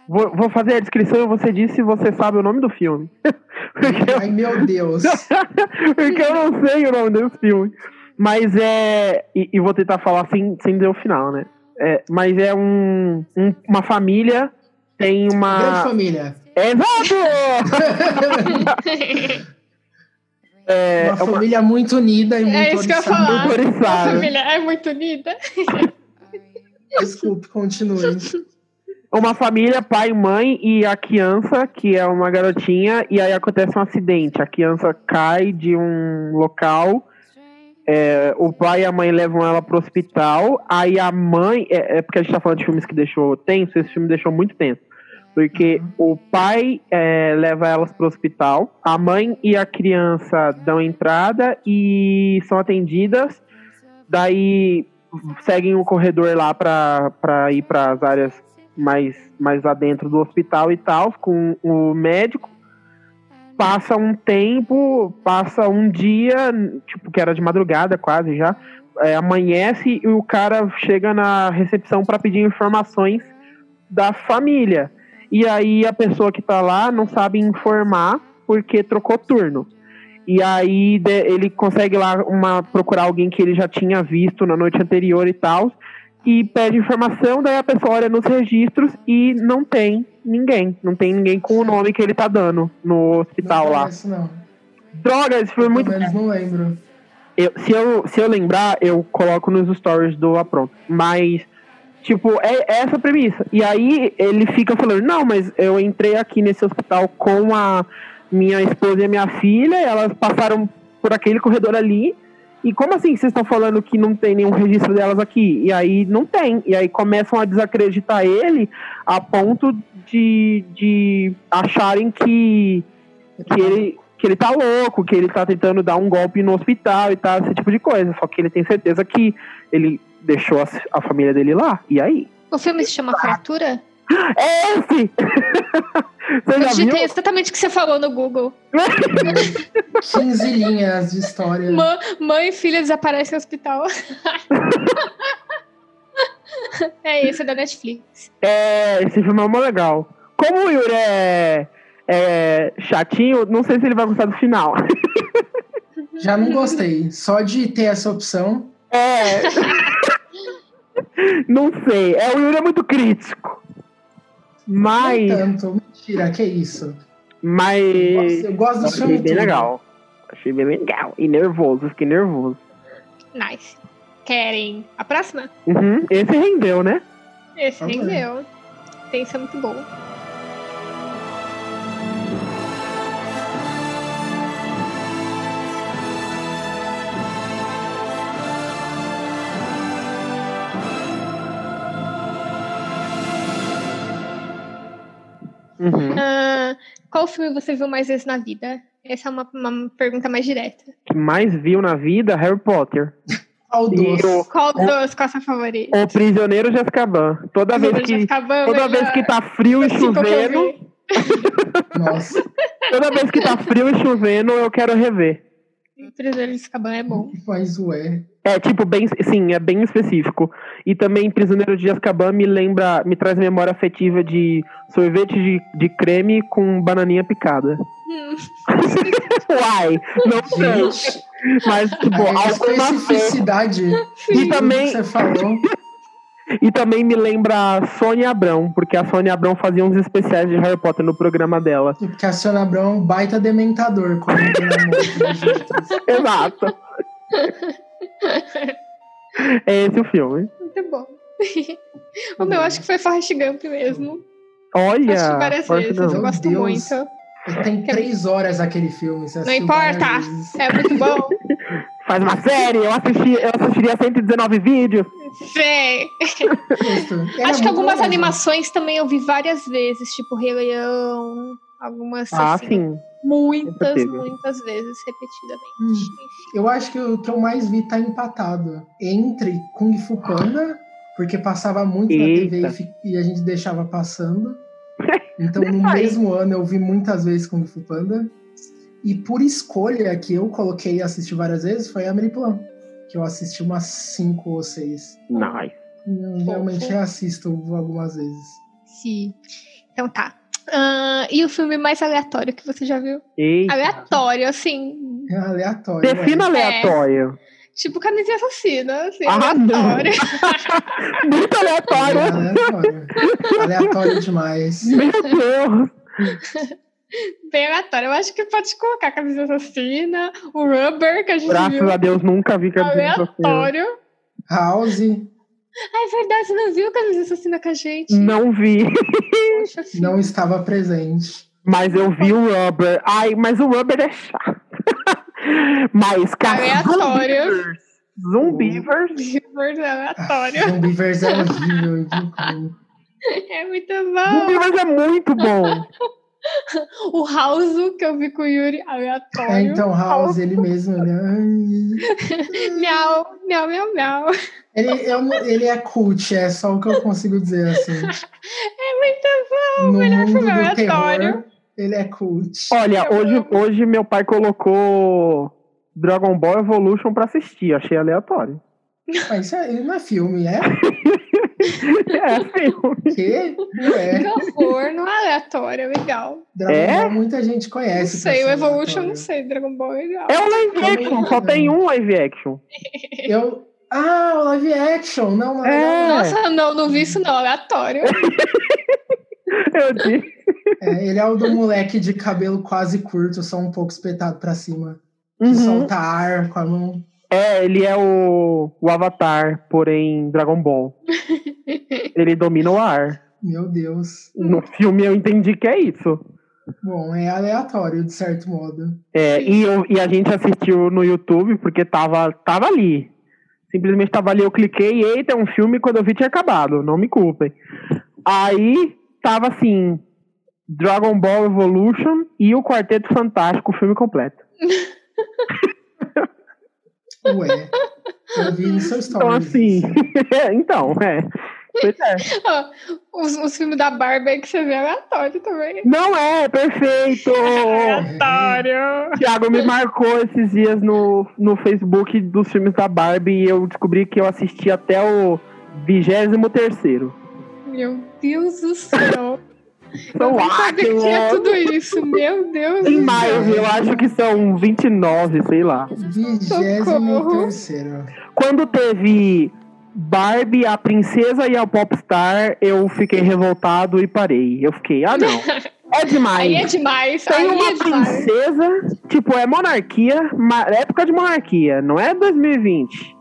Vou, vou fazer a descrição e você diz se você sabe o nome do filme. [LAUGHS] Porque eu Ai, meu Deus. Porque eu não sei o nome desse filme. Mas é. E, e vou tentar falar sem, sem dizer o final, né? É, mas é um, um- Uma família tem Grande uma. família. Exato! [LAUGHS] [LAUGHS] É, uma é uma família muito unida e muito É isso que eu ia oriçada. falar. A autorizada. família é muito unida. Desculpe, continue. Uma família, pai, mãe e a criança, que é uma garotinha, e aí acontece um acidente. A criança cai de um local, é, o pai e a mãe levam ela pro hospital, aí a mãe. É, é porque a gente tá falando de filmes que deixou tenso, esse filme deixou muito tenso. Porque o pai é, leva elas pro hospital, a mãe e a criança dão entrada e são atendidas. Daí seguem o corredor lá pra, pra ir para as áreas mais, mais adentro do hospital e tal, com o médico. Passa um tempo, passa um dia, tipo, que era de madrugada quase já, é, amanhece e o cara chega na recepção para pedir informações da família. E aí a pessoa que tá lá não sabe informar porque trocou turno. E aí de- ele consegue lá uma, procurar alguém que ele já tinha visto na noite anterior e tal. E pede informação, daí a pessoa olha nos registros e não tem ninguém. Não tem ninguém com o nome que ele tá dando no hospital não lá. conheço, não. Droga, esse filme é Pelo muito menos não lembro. eu- se, eu, se eu lembrar, eu coloco nos stories do Apronto. Mas, tipo, é, é essa a premissa. E aí ele fica falando, não, mas eu entrei aqui nesse hospital com a minha esposa e a minha filha, e elas passaram por aquele corredor ali. E como assim que vocês estão falando que não tem nenhum registro delas aqui? E aí não tem. E aí começam a desacreditar ele a ponto de, de acharem que que ele, que ele tá louco, que ele tá tentando dar um golpe no hospital e tal, esse tipo de coisa. Só que ele tem certeza que ele deixou a, a família dele lá. E aí? O filme se chama Fratura? É esse! [LAUGHS] Você Eu já viu? digitei exatamente o que você falou no Google. 15 linhas de história. Mã- mãe e filha desaparecem no hospital. [LAUGHS] é esse, é da Netflix. É, esse filme é mó legal. Como o Yuri é, é chatinho, não sei se ele vai gostar do final. [LAUGHS] Já não gostei. Só de ter essa opção. É. [LAUGHS] não sei. É, o Yuri é muito crítico. Ai. Mas. Tanto. Mentira, que isso. Eu Mas. gosto- Eu gosto do filme. Achei bem tudo. legal. Achei bem legal. E nervoso, fiquei nervoso. Nice. Querem a próxima? Uhum, Esse rendeu, né? Esse Vamos rendeu. Tem isso é muito bom. Uhum. Ah, qual filme você viu mais vezes na vida? Essa é uma, uma pergunta mais direta. Que mais viu na vida Harry Potter. Qual E doce? o, Qual dos? Qual a sua favorita? o Prisioneiro de Azkaban. Toda vez que toda vez que tá Tipo, frio e chovendo, Nossa. toda vez que tá frio e chovendo, eu quero rever. Prisioneiro de Azkaban [LAUGHS] é bom. Mas ué. É, tipo, bem, sim, é bem específico. E também Prisioneiro de Azkaban me lembra, me traz memória afetiva de sorvete de, de creme com bananinha picada. Hum. [LAUGHS] Uai, não sei. Gente, Mas, tipo, a alguma fé. É especificidade E que também, você falou. e também me lembra a Sônia Abrão, porque a Sônia Abrão fazia uns especiais de Harry Potter no programa [LAUGHS] dela. Porque a Sônia Abrão é um baita dementador, como tem na música, gente. Exato. é esse o filme. Muito bom. [LAUGHS] o meu acho que foi Forrest Gump mesmo. Olha. acho várias Forrest vezes, eu Gump. é gosto Deus. muito. Tem três horas aquele filme. Você Não assim, assistiu importa. várias vezes. É muito [LAUGHS] bom. Faz uma série, eu, assisti, eu assistiria 119 vídeos. Véi. Justo. é Era Acho é muito que algumas legal. animações também eu vi várias vezes, tipo Rei Leão, algumas Ah, assim, sim. com muitas, certeza. muitas vezes, repetidamente. Hum. Eu acho que o que eu mais vi tá empatado. Entre Kung Fu Panda, porque passava muito Eita. na TV e fi- e, a gente [LAUGHS] deixava passando. Então, no Aí. mesmo ano, eu vi muitas vezes Kung Fu Panda. E por escolha que eu coloquei e assisti várias vezes, foi Ameriplan. Que eu assisti umas cinco ou seis. Nice. Eu realmente assisto algumas vezes. Sim. Então tá. Ahn, e o filme mais aleatório que você já viu? Eita. Aleatório, assim. É aleatório. é. Defina aleatório. Tipo camisinha assassina, assim, Ah, não. aleatório. Muito aleatório. É Aleatório. [LAUGHS] Aleatório demais. [LAUGHS] Meu Deus. Bem aleatório. Eu acho que pode colocar camisinha assassina, o rubber que a gente Graças viu. a Deus nunca vi que assim. Aleatório. House, Ah, é verdade, você não viu camisa assassina com a gente? Não vi, Poxa, filho. não estava presente. mas eu vi o Rubber. Ai, mas o Rubber é chato. mas, cara, Aleatório. Zumbivers. Humor é aleatório. [LAUGHS] Zumbiverse é horrível. ridículo. É muito bom. Zumbivers é muito bom. O House que eu vi com o Yuri, É, aleatório. então, House, ele mesmo. Ele, ai. Miau, miau, miau, miau. ele, é, um- ele é cult, é só o que eu consigo dizer. Assim. [LAUGHS] É muito bom. No melhor mundo filme do aleatório. terror, ele é cult. Olha, Eu hoje, hoje meu pai colocou Dragon Ball Evolution pra assistir. Achei aleatório. [LAUGHS] Mas isso aí não é filme, é? É, filme. Que? Não é. Que horror no aleatório, legal. Dragon É? Ball muita gente Não conhece. sei, pra o ser Evolution, aleatório. não sei, Dragon Ball, legal. É um live action, só tem um live action. Eu... Ah, o live action. Não, não, É. não. Nossa, não, não vi isso não, aleatório. [LAUGHS] Eu disse. É, ele é o do moleque de cabelo quase curto, só um pouco espetado pra cima. Que Uhum. solta ar com a mão. É, ele é o, o Avatar, porém Dragon [LAUGHS] Ball. Ele domina o ar. Meu Deus. No filme eu entendi que é isso. Bom, é aleatório, de certo modo. É, Sim. e, eu- e a gente assistiu no YouTube porque tava, tava ali. Simplesmente tava ali, eu cliquei, eita, é um filme, quando eu vi tinha acabado, não me culpem. Aí tava assim, Dragon Ball Evolution e o Quarteto Fantástico, o filme completo. Ué. é. Eu vi no seu Então stories. assim, [LAUGHS] então, é. Pois é. Ó, [LAUGHS] os, os filmes da Barbie aí que você vê é aleatório também. Não é, [LAUGHS] perfeito! É, Aleatório. Tiago me marcou esses dias no, no Facebook dos filmes da Barbie e eu descobri que eu assisti até o 23 terceiro. Meu Deus do céu. Eu São não sabia que tinha átomos. tudo isso. Meu Deus Tem do mais, eu acho que são 29, sei lá. Vigésimo terceiro. Quando teve Barbie, a princesa e a popstar, eu fiquei revoltado e parei. Eu fiquei, ah não, [LAUGHS] é Aí é demais. demais. Aí Tem uma é demais. princesa, tipo, é monarquia, ma- é época de monarquia, não é 2020.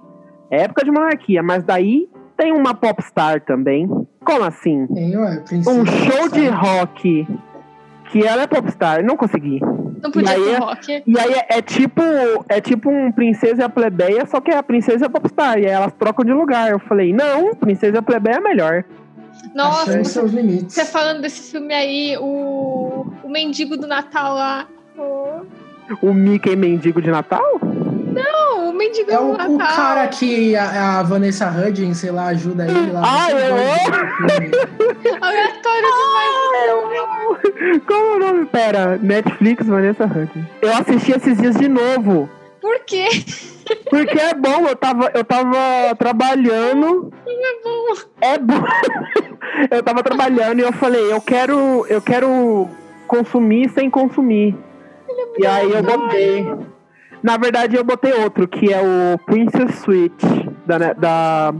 É época de monarquia, mas daí tem uma popstar também. Como assim? Hein, ué? tá? Princesa. Um show de rock que ela é popstar, não consegui. Não podia E aí ser é- rock. E aí é, é tipo é tipo um princesa e a plebeia, só que a princesa é popstar, e aí elas trocam de lugar. Eu falei, não, princesa e a plebeia é melhor. Nossa, Achando você, seus limites. você falando desse filme aí, o, o Mendigo do Natal lá. O- O Mickey Mendigo de Natal? Não, o Mendigo É do o, Natal. o cara que a, a Vanessa Hudgens, sei lá, ajuda ele lá. Ah, eu Aleatório Ah, é demais. Como o nome? Pera, Netflix Vanessa Hudgens. Eu assisti esses dias de novo. Por Por quê? Porque é bom, eu tava, eu tava trabalhando. É bom. É bom. [LAUGHS] eu tava trabalhando e eu falei, eu quero, eu quero consumir sem consumir. E aí eu botei. Na verdade, eu botei outro, que é o Princess Switch. Da, Ne- da,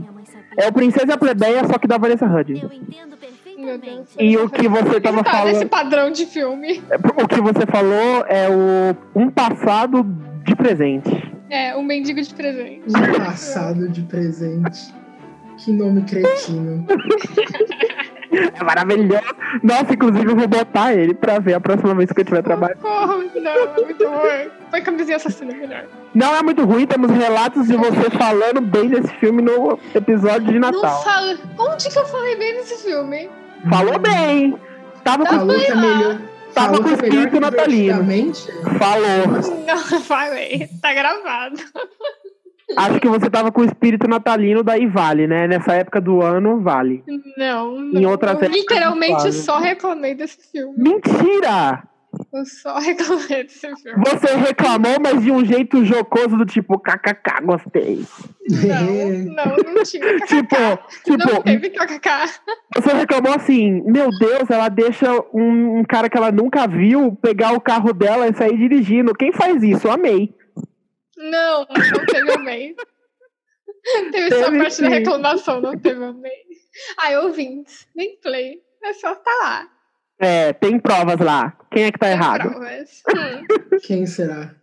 é o Princesa Plebeia, só que da Vanessa Hudgens. Eu entendo perfeitamente. E o que você Ele tava tá nesse falando. padrão de filme. O que você falou é o um passado de presente. É, um mendigo de presente. Um passado de presente. Que nome cretino. É maravilhoso. Nossa, inclusive eu vou botar ele pra ver a próxima vez que eu tiver trabalho. Socorro, não, é muito ruim. Foi camisinha assassina, melhor. Não é muito ruim, temos relatos de você falando bem desse filme no episódio de Não Natal. fala. Onde que eu falei bem nesse filme? Falou bem. Tava com... A luta é melhor. Tava a luta com é melhor espírito que natalino. Divertidamente? Falou. Não, [LAUGHS] falei. Tá gravado. Acho que você tava com o espírito natalino, daí vale, né? Nessa época do ano, vale. Não, não. Em outras eu épocas, literalmente claro. só reclamei desse filme. Mentira! Eu só reclamei desse [LAUGHS] filme. Você reclamou, mas de um jeito jocoso do tipo, kkk, gostei. Não, não, não tinha kkk. [LAUGHS] Tipo, não tipo, teve kkk. Você reclamou assim, meu Deus, ela deixa um, um cara que ela nunca viu pegar o carro dela e sair dirigindo. Quem faz isso? Amei. Não, não teve amém. [LAUGHS] Teve Teve só a parte da sim. reclamação, não teve amém. Aí, ouvintes, nem play. É só tá lá. É, tem provas lá. Quem é que tá errado? Provas. Hum. [LAUGHS] [LAUGHS] Quem será?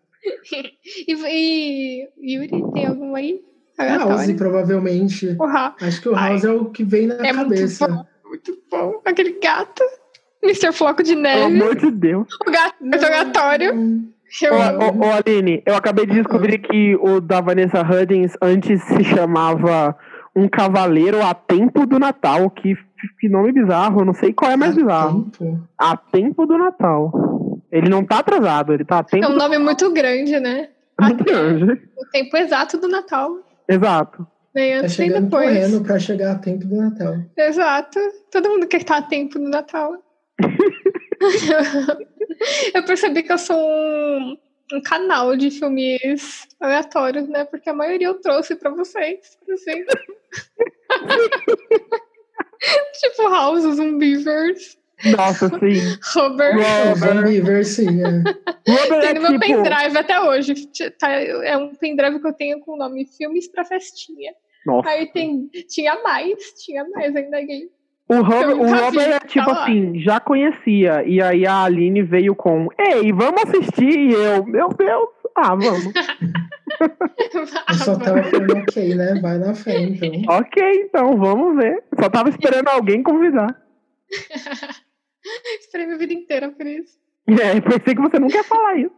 E, e Yuri, tem alguma aí? House, Aleatória. É, provavelmente. Porra, Acho que o Ai. House é o que vem na é cabeça. muito bom, muito bom. Aquele gato. Mr. Floco de Pelo Neve. amor de Deus. [LAUGHS] O gato interrogatório. Ô, Eu amo. ô, ô, Aline, eu acabei de descobrir que o da Vanessa Hudgens antes se chamava Um Cavaleiro a Tempo do Natal. Que, que nome bizarro. eu Não sei qual é mais bizarro. Tempo. A Tempo do Natal. Ele não tá atrasado, ele tá a tempo É um do nome muito grande, né? Muito grande. O tempo exato do Natal. [LAUGHS] Exato. Nem Tá antes nem chegando depois. correndo pra chegar a tempo do Natal. Exato. Todo mundo quer estar a tempo do Natal. [LAUGHS] eu percebi que eu sou um, um canal de filmes aleatórios, né? Porque a maioria eu trouxe pra vocês. Assim. [LAUGHS] tipo House, Zumbiverse, Nossa, sim. Robert. É, Robert. Zombieverse, [LAUGHS] é. Robert Tem no meu é tipo... pendrive até hoje. Tá, É um pendrive que eu tenho com o nome Filmes pra Festinha. Nossa. Aí tem, tinha mais, tinha mais ainda. aí. [LAUGHS] O Eu Robert, o nunca vi, Robert é tá tipo lá. assim, já conhecia. E aí a Aline veio com, ei, vamos assistir. E eu, meu Deus, ah, [LAUGHS] vamos. Eu só tava falando, ok, né? Vai na fé, então. ok, então, vamos ver. Só tava esperando alguém convidar. [LAUGHS] Esperei minha vida inteira por isso. É, pensei que você nunca ia falar isso.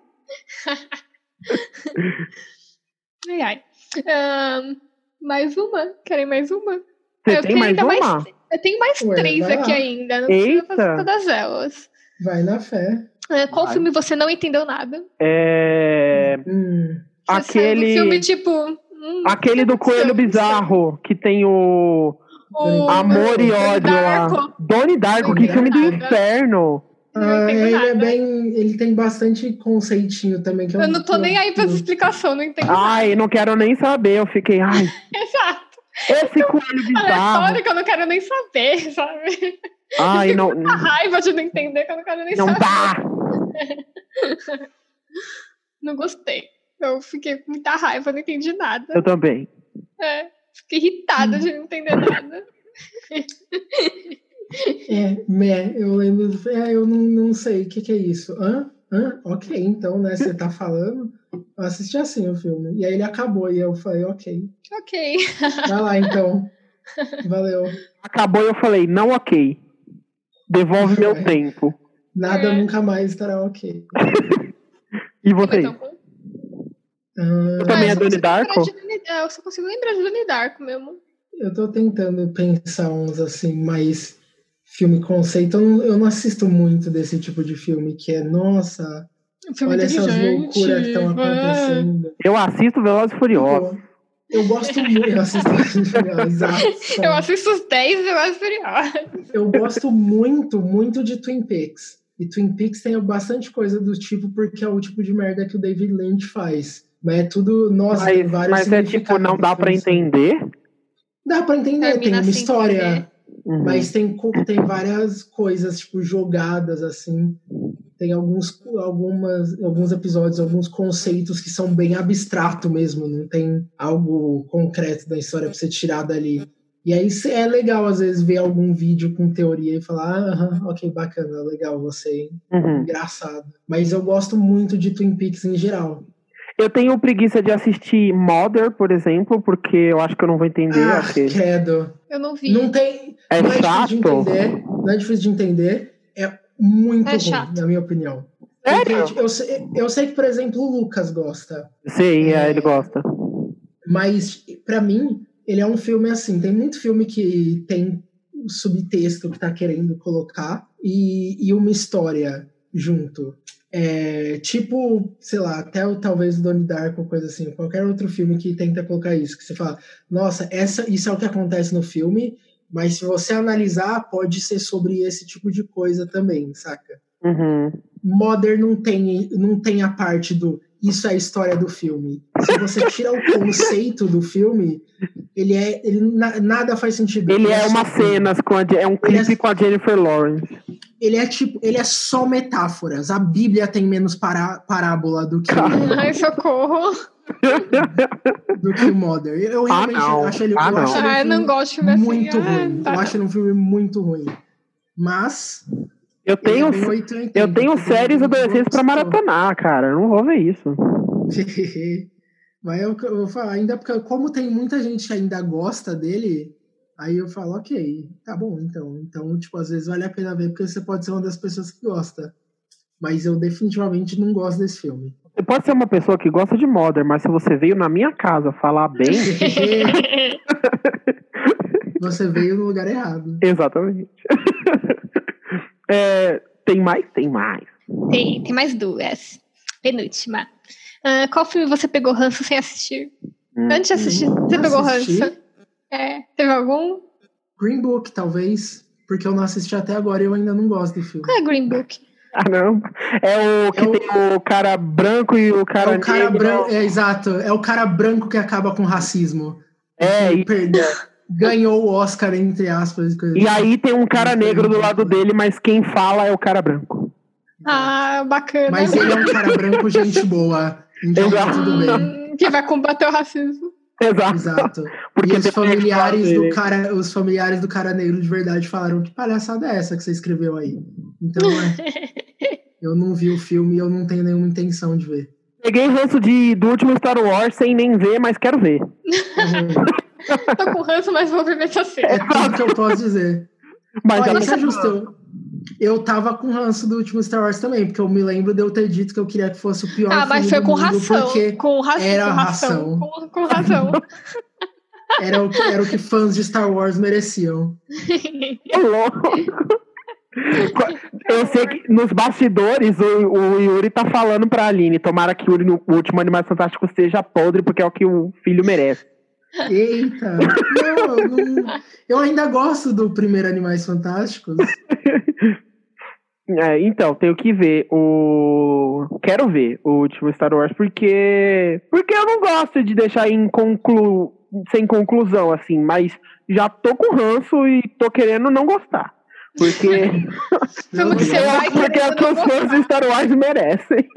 Ai, ai. Ahn, mais uma. Querem mais uma? Você tem Eu queria mais ainda uma? mais Eu tenho mais Ué, três vai aqui lá. ainda. Não precisa fazer Eita. todas elas. Vai na fé. É, qual Vai. filme você não entendeu nada? É... Hum, Você saiu do Aquele- filme, tipo... hum, Aquele do Coelho não sei. Bizarro, que tem o O- Amor e Ódio lá. Darko. Donnie Darko, Donnie que filme do Darko. inferno. Não ah, entendo ele nada. é bem. Ele tem bastante conceitinho também. Que Eu não tô nem aí pra essa Hum. explicação, não entendo. Ai, não quero nem saber. Eu fiquei, [LAUGHS] ai, Exato. esse coelho bizarro. Aleatório é que eu não quero nem saber, sabe? [LAUGHS] Ai, não, A raiva de não entender que eu não quero nem não saber. dá. Não gostei. Eu fiquei com muita raiva, não entendi nada. Eu também. É, fiquei irritada de não entender nada. É, meh, eu lembro. É, eu não, não sei o que, que é isso. Hã? Hã? Ok, então, né? Você tá falando. Eu assisti assim o filme. E aí ele acabou. E eu falei, ok. Ok. Vai lá [LAUGHS] então. Valeu. Acabou e eu falei, não ok. Devolve meu É. tempo. Nada É. nunca mais estará ok. E vocês? Então, Ah, Também Ah, eu é Donnie só consigo lembrar é Darko? de Donnie- é, Eu só consigo lembrar de Donnie Darko mesmo. eu tô tentando pensar uns assim, mais filme conceito. Eu não, eu não assisto muito desse tipo de filme que é, nossa, Um filme olha essas inteligente, né? loucuras que estão vai. acontecendo. Eu assisto Velozes e Furiosos. Pô, eu gosto muito, [LAUGHS] eu assisto ah, [LAUGHS] Eu exato. assisto os 10 e mais furiosos. Eu gosto muito, muito de Twin Peaks. E Twin Peaks tem bastante coisa do tipo, porque é o tipo de merda que o David Lynch faz. Mas é tudo. Nossa, tem Mas, vários mas é tipo, não dá pra significados. entender. Dá pra entender, Termina assim, é. tem uma sem história. entender. Uhum. Mas tem, co- tem várias coisas, tipo, jogadas, assim. Tem alguns, algumas, alguns episódios, alguns conceitos que são bem abstrato mesmo. Não tem algo concreto da história pra você tirar dali. E aí cê- é legal, às vezes, ver algum vídeo com teoria e falar, ah, aham, ok, bacana, legal você, hein? Uhum. Engraçado. Mas eu gosto muito de Twin Peaks em geral. Eu tenho preguiça de assistir Mother, por exemplo, porque eu acho que eu não vou entender. Ah, acho que credo. Eu não vi. Não tem. É não difícil de chato? entender. Não é difícil de entender. É muito É ruim, chato. na minha opinião. Sério? Porque Então, tipo, Eu, sei- eu sei que, por exemplo, o Lucas gosta. Sei, é, ele gosta. Mas, pra mim, ele é um filme assim. Tem muito filme que tem um subtexto que tá querendo colocar e, e uma história junto. É, tipo, sei lá, até o, talvez o Donnie Darko ou coisa assim, qualquer outro filme que tenta colocar isso, que você fala, nossa, essa, isso é o que acontece no filme, mas se você analisar, pode ser sobre esse tipo de coisa também, saca? Uhum. Modern não tem, não tem a parte do isso é a história do filme. Se você tira [LAUGHS] o conceito do filme, ele é. Ele, na- nada faz sentido. Ele é só uma filme. cena, com a Je- é um clipe com a Jennifer Lawrence. Ele é tipo, ele é só metáforas. A Bíblia tem menos pará, parábola do que, Ai, socorro. do que o Modern. Eu, eu Ah, realmente não. acho ele, Ah, eu não. acho ele um Ai, filme não gosto de filme assim. muito Ah, ruim. tá. Eu acho ele um filme muito ruim. Mas Eu ele é tenho, bem 880, eu tenho todo séries mundo adolescentes pra gostou. maratonar, cara. Eu não vou ver isso. [LAUGHS] Mas eu, eu vou falar, ainda porque como tem muita gente que ainda gosta dele, aí eu falo, ok, tá bom, então. Então, tipo, às vezes vale a pena ver, porque você pode ser uma das pessoas que gosta. Mas eu definitivamente não gosto [LAUGHS] desse filme. Você pode ser uma pessoa que gosta de Modern, mas se você veio na minha casa falar bem. [LAUGHS] você veio no lugar errado. Exatamente. [LAUGHS] É, tem mais? Tem mais. Tem, tem mais duas. Penúltima. Ah, qual filme você pegou ranço sem assistir? Hum. Antes de assistir, você Não pegou assisti. ranço? É, teve algum? Green Book, talvez, porque eu não assisti até agora e eu ainda não gosto do filme. Qual é Green Book? Caramba. Ah, É o que É o- tem o cara branco e o cara É o cara negro. branco, é exato, é o cara branco que acaba com racismo. É, Que e- [LAUGHS] perdeu, ganhou o Oscar, entre aspas. coisa assim. E aí tem um cara negro do lado dele, mas quem fala é o cara branco. Ah, bacana. [LAUGHS] Mas ele é um cara branco, gente boa. Então tá Exato. tudo bem. Hum, que vai combater o racismo. Exato. Exato. [LAUGHS] Porque e os tem familiares negro do dele. cara, os familiares do cara negro de verdade falaram que palhaçada é essa que você escreveu aí. Então é. [LAUGHS] Eu não vi o filme e eu não tenho nenhuma intenção de ver. Peguei ranço de, do último Star Wars sem nem ver, mas quero ver. Tô com ranço, mas vou ver essa Então, É [LAUGHS] cena. tudo que eu posso dizer. Mas Olha, ela- isso é justo. Eu tava com ranço do último Star Wars também, porque eu me lembro de eu ter dito que eu queria que fosse o pior Ah, filme mas foi do com mundo, razão. porque Com razão. era com ração. razão. Com, com [LAUGHS] razão. [LAUGHS] era o, que- era o que fãs de Star Wars mereciam. é louco. Eu sei que nos bastidores o, o Yuri tá falando pra Aline, tomara que o, Yuri no- o último Animais Fantásticos seja podre, porque é o que o filho merece. Eita! Não, eu, não- eu ainda gosto do primeiro Animais Fantásticos. É, então, tenho que ver o. Quero ver o último Star Wars, porque. Porque eu não gosto de deixar em conclu... sem conclusão, assim, mas já tô com ranço e tô querendo não gostar. Porque, Filme que Não, você eu- vai porque é o que os fãs do Star Wars merecem.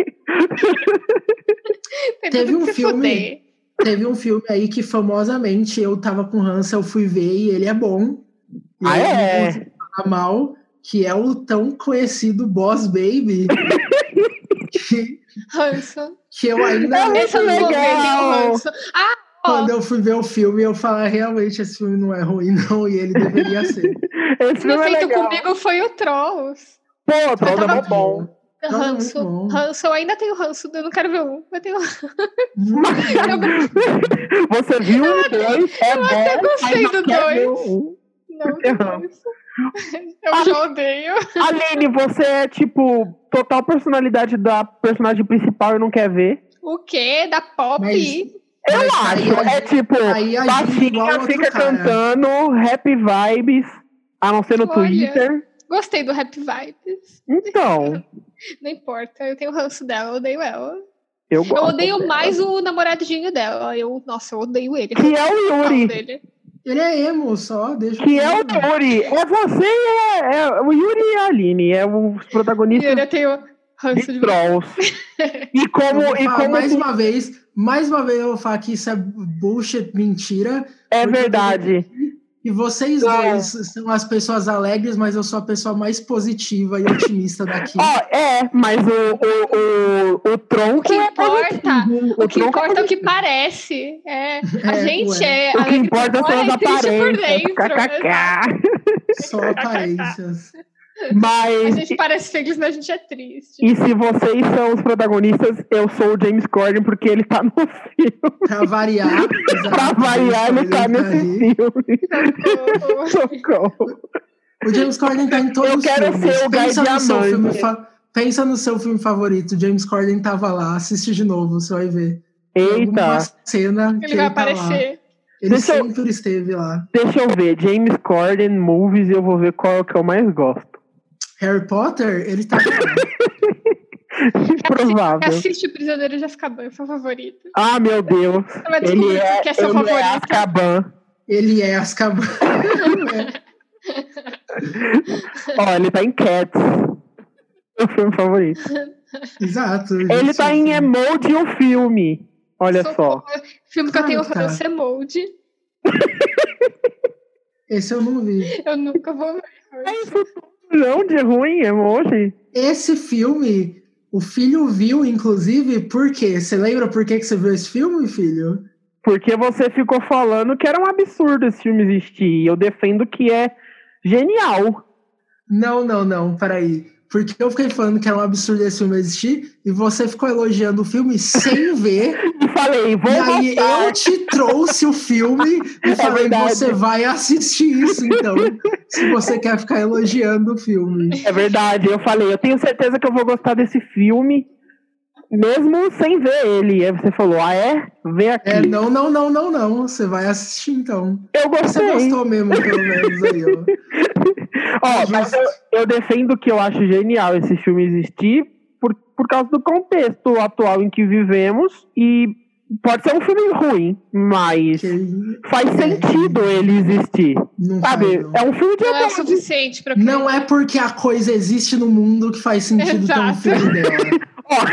Teve um que se filme- fuder. Teve um filme aí que famosamente eu tava com rança, eu fui ver e ele é bom. E Ah, eu não é? consigo falar mal, que é o tão conhecido Boss [LAUGHS] Baby. que, Ranço. que eu ainda. É Esse eu mesmo, não legal. deu ranço. Ah, ó. Ah, Quando eu fui ver o filme, eu falei, realmente esse filme não é ruim, não, e ele deveria ser. Esse O filme é feito legal. comigo foi o Trolls. Pô, o Trolls é mó tava- bom. Nossa, ranço. muito bom. Ranço, eu ainda tenho ranço. Eu não quero ver um. [LAUGHS] Eu tenho Eu- Você viu o dois, é bom. até gostei mas não do quer dois. ver o um. Não, eu tenho Não. ranço. [LAUGHS] Eu já odeio. Aline, você é tipo total personalidade da personagem principal e não quer ver. O quê? Da pop? Mas- Eu Mas aí acho. a- É tipo, aí a gente igual baixinha outro fica cara. cantando, rap vibes, a não ser no Olha. Twitter. Gostei do Rap Vibes. Então, Não importa, eu tenho ranço dela, eu odeio ela. Eu Eu gosto. odeio mais o namoradinho dela. Eu, nossa, eu odeio ele. Que é o Falo Yuri. dele. Ele é emo só, deixa Que eu- é o Yuri. É você e é, é o Yuri e a Aline. É os E protagonistas ele tem o ranço de é de Trolls. E Eu como, vou e falar como mais que- uma vez, mais uma vez eu vou falar que isso é bullshit, mentira. é porque- verdade. E vocês Não. dois são as pessoas alegres, mas eu sou a pessoa mais positiva e otimista daqui. Ó, é, mas o, o, o, o tronco O que é importa, positivo. O que tronco é importa é o que parece. É, a [LAUGHS] É, gente ué. é. O que alegre por importa são fora as e triste aparências. por dentro. Exato. KKK. Só aparências. A [LAUGHS] Mas. gente parece feliz, mas a gente é triste. E se vocês são os protagonistas, eu sou o James Corden, porque ele tá no filme. Pra variar. pra exatamente, variar, ele ele tá tá nesse aí. filme. Socorro. [LAUGHS] Socorro. O James Corden tá em todos Eu os quero filmes. ser o Guy pensa no seu Diamante. filme fa- Pensa no seu filme favorito. James Corden tava lá. Assiste de novo, você vai ver. Tem Eita, alguma cena que Ele vai tá lá. aparecer. Ele Deixa eu- sempre esteve lá. deixa eu ver. James Corden, movies, eu vou ver qual é o que eu mais gosto. Harry Potter, ele tá lá. Provável. Assiste o Prisioneiro de Azkaban, seu favorito. Ah, meu Deus. Você vai Ele descobrir é, que é seu ele é favorito. Azkaban. Ele é Azkaban. Ó, ele tá em Cats. Meu filme favorito. [LAUGHS] Exato. Ele tá em Emoji o filme. Olha só. Socorro. Filme que eu tenho Claro que tá. ranço é molde. Esse eu não vi. Eu nunca vou ver. É isso tudo não de ruim, Emoji. Esse filme, o filho viu, inclusive, por quê? Você lembra por que que você viu esse filme, filho? Porque você ficou falando que era um absurdo esse filme existir. E eu defendo que é genial. Não, não, não, peraí. Porque eu fiquei falando que era um absurdo esse filme existir e você ficou elogiando o [LAUGHS] filme sem ver. E falei, vou É e aí voltar. É eu te trouxe [LAUGHS] o filme e falei, verdade. você vai assistir isso, então. se você quer ficar elogiando o filme. É verdade, eu falei, eu tenho certeza que eu vou gostar desse filme, mesmo sem ver ele. Aí você falou, ah é? Vem aqui. É, não, não, não, não, não. Você vai assistir, então. eu Você gostei. gostou né, mesmo, pelo menos, aí, ó. [LAUGHS] Ó, mas eu, eu defendo que eu acho genial esse filme existir por, por causa do contexto atual em que vivemos. E pode ser um filme ruim, mas Que faz sentido ele existir. não Sabe? faz, não. É um filme de Não é o adulto. suficiente pra Não é porque a coisa existe no mundo que faz sentido ter um Exato. [LAUGHS] filme dela. Ó,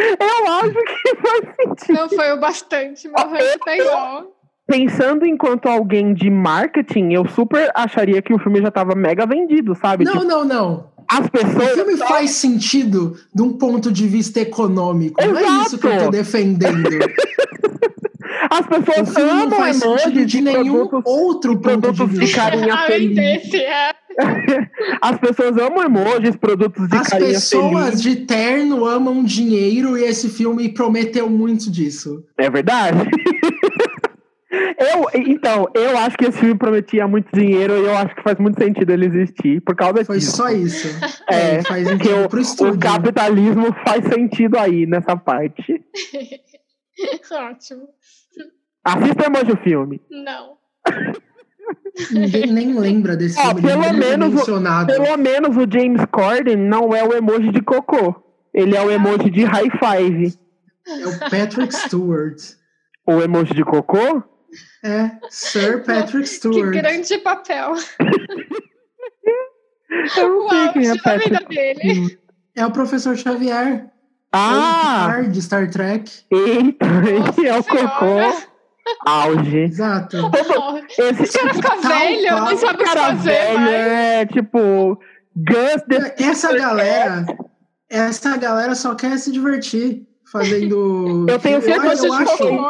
[LAUGHS] eu acho que faz sentido. Não foi o bastante, meu ranço tá igual. pensando enquanto alguém de marketing, eu super acharia que o filme já tava mega vendido, sabe? Não, Tipo, não, não. as O pessoas. filme faz sentido de um ponto de vista econômico. Não é Exato. isso que eu [LAUGHS] tô defendendo. As O pessoas filme não amam faz sentido emojis de de nenhum produtos. outro ponto de produtos de vista. carinha Além feliz. desse, Ah, é. [LAUGHS] As pessoas amam emojis, produtos de As carinha pessoas feliz. de terno amam dinheiro e esse filme prometeu muito disso. É verdade. [LAUGHS] Eu, então, eu acho que esse filme prometia muito dinheiro e eu acho que faz muito sentido ele existir. Por causa Foi disso. só isso. É, faz [LAUGHS] Porque sentido pro o, o estúdio. capitalismo faz sentido aí nessa parte. Ótimo. Assista emoji o filme. Não. Ninguém nem lembra desse Ó, filme. pelo ninguém é menos o- mencionado. Pelo menos o James Corden não é o emoji de cocô. Ele é o emoji de high five. É o Patrick Stewart. O emoji de cocô? É, [LAUGHS] Sir Patrick Que Stewart. grande papel. Eu não O sei quem é Hum. auge da vida Patrick. dele. É o Professor Xavier. Ah! Picard, de Star Trek. Eita, [LAUGHS] ele é o Nossa cocô. Auge. Exato. Os Esse caras ficam Tal velhos, qual não sabem Tá um o que cara fazer, velho mas... é tipo. Gus the... Essa galera, essa galera só quer se divertir fazendo. Eu tenho certeza eu de acho, que- Eu tenho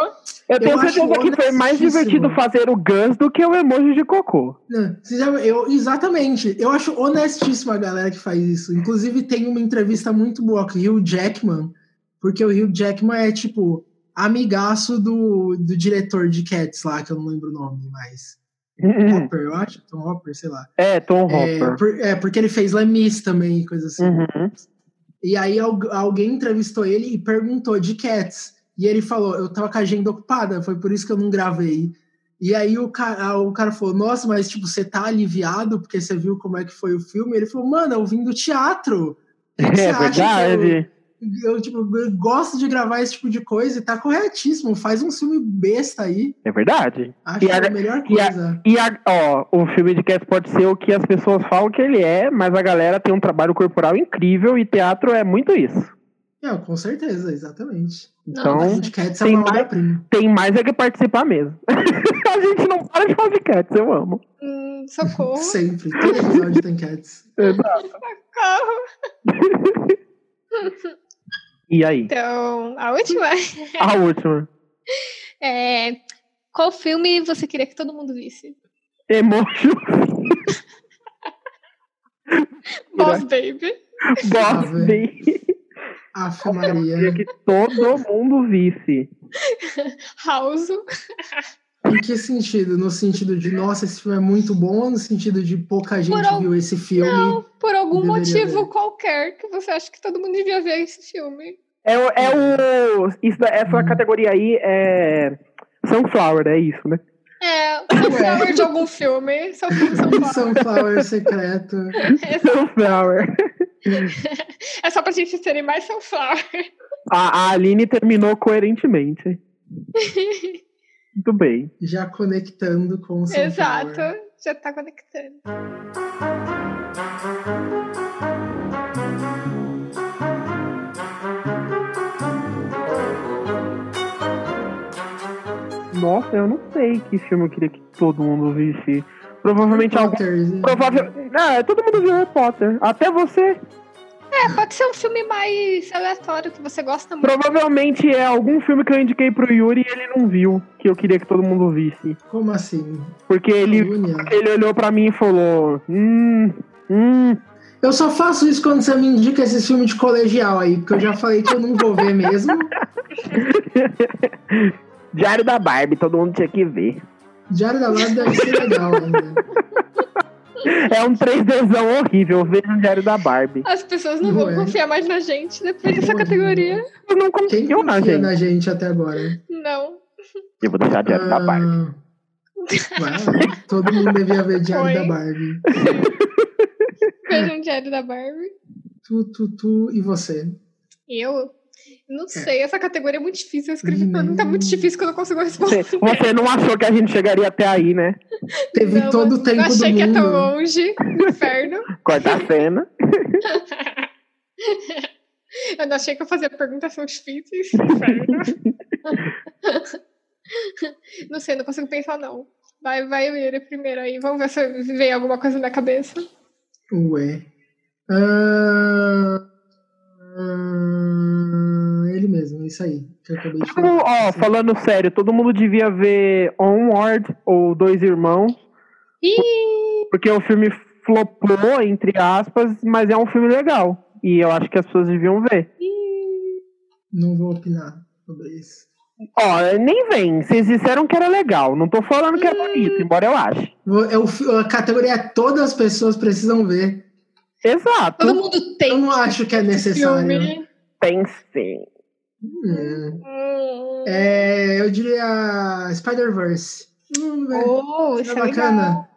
eu certeza acho que foi mais honestíssimo. divertido fazer o Gus do que o emoji de cocô. Não, vocês sabem, eu- exatamente. Eu acho honestíssima a galera que faz isso. Inclusive, tem uma entrevista muito boa com o Hugh Jackman, porque o Hugh Jackman é, tipo, amigaço do, do diretor de Cats lá, que eu não lembro o nome, mas. Hopper, eu acho. Tom Hopper, sei lá. É, Tom É, Hopper. por- é, porque ele fez Lemis também, coisa assim. Uhum. E aí algu- alguém entrevistou ele e perguntou de Cats. E ele falou, eu tava com a agenda ocupada, foi por isso que eu não gravei. E aí o cara, o cara falou, nossa, mas tipo, você tá aliviado porque você viu como é que foi o filme? Ele falou, mano, eu vim do teatro. O que [LAUGHS] que É você acha que eu- verdade. Eu, tipo, eu gosto de gravar esse tipo de coisa e tá corretíssimo. Faz um filme besta aí. É verdade. Acho E que é a- a melhor e a- coisa. E, a- ó, o filme de cast pode ser o que as pessoas falam que ele é, mas a galera tem um trabalho corporal incrível e teatro é muito isso. Não, com certeza, exatamente. Então, A gente quer ser tem é uma mais- obra-prima. tem mais é que participar mesmo. [LAUGHS] a gente não para de fazer cats, eu amo. [LAUGHS] Hum, socorro. Sempre. Todo episódio tem cats. socorro. E [LAUGHS] aí? Então, a última A última. é... Qual filme você queria que todo mundo visse? Emotion Boss Baby. Boss Baby. Aff, Queria Maria. que todo mundo visse. House. Em que sentido? No sentido de, nossa, esse filme é muito bom, ou no sentido de pouca gente al- viu esse filme. Não, [LAUGHS] por algum Deveria motivo ver. qualquer que você acha que todo mundo devia ver esse filme. É, o- é o. isso da- essa Hum. categoria aí é. Sunflower, é isso, né? É, [LAUGHS] Sunflower de algum filme. Só filme Sunflower. Sunflower secreto. É só- Sunflower. É só pra gente terem mais Sunflower. A, a Aline terminou coerentemente. Muito bem. Já conectando com o Sunflower. Exato. é. Já tá conectando. Nossa, eu não sei que filme eu queria que todo mundo visse. Provavelmente algum. Potters, né? Provável. Ah, todo mundo viu Harry Potter. Até você. É, pode ser um filme mais aleatório que você gosta muito. Provavelmente é algum filme que eu indiquei pro Yuri e ele não viu. Que eu queria que todo mundo visse. Como assim? Porque ele, Calúnia. ele olhou pra mim e falou: Hum, hum, [LAUGHS] Eu só faço isso quando você me indica esses filmes de colegial aí, porque eu já falei que eu não vou ver mesmo. Diário da Barbie, todo mundo tinha que ver. Diário da Live deve ser legal ainda. É um 3Dzão horrível, vejam o Diário da Barbie. As pessoas não, Não vão é. confiar mais na gente depois dessa Não, é. categoria. Eu não Quem confio na confia gente. na gente até agora? Não. Eu vou deixar Diário da Barbie. Ah, ué, todo mundo devia ver Diário Oi. da Barbie. Vejam o Diário da Barbie. Tu, tu, tu e você. Eu? Não sei, essa categoria é muito difícil. Eu escrevi Hum. pergunta muito difícil que eu não consigo É, Você, responder. você não achou que a gente chegaria até aí, né? Teve Não, todo o Eu tempo do achei que é tão mundo. longe, [LAUGHS] inferno. Corta a cena. Eu não achei que eu fazia perguntas tão difíceis, inferno. [LAUGHS] não sei, não consigo pensar, não. Vai, vai, Mira, primeiro aí. Vamos ver se vem alguma coisa na cabeça. Ué. Ah, ah, ele mesmo, isso aí. Que eu acabei de Todo mundo- falar. Tipo, ó, falando sério, todo mundo devia ver Onward ou Dois Irmãos, Ih, porque o filme flopou, entre aspas, mas é um filme legal. E eu acho que as pessoas deviam ver. Não vou opinar sobre isso. Ó, nem vem. Vocês disseram que era legal. Não tô falando que é bonito, embora eu ache. Vou- É o fi- a categoria todas as pessoas precisam ver. Exato. todo mundo tem Eu não acho que é necessário. filme. Tem sim. Hum. Hum. É, eu diria Spider-Verse. Hum, velho, Oh, isso isso é é legal. bacana.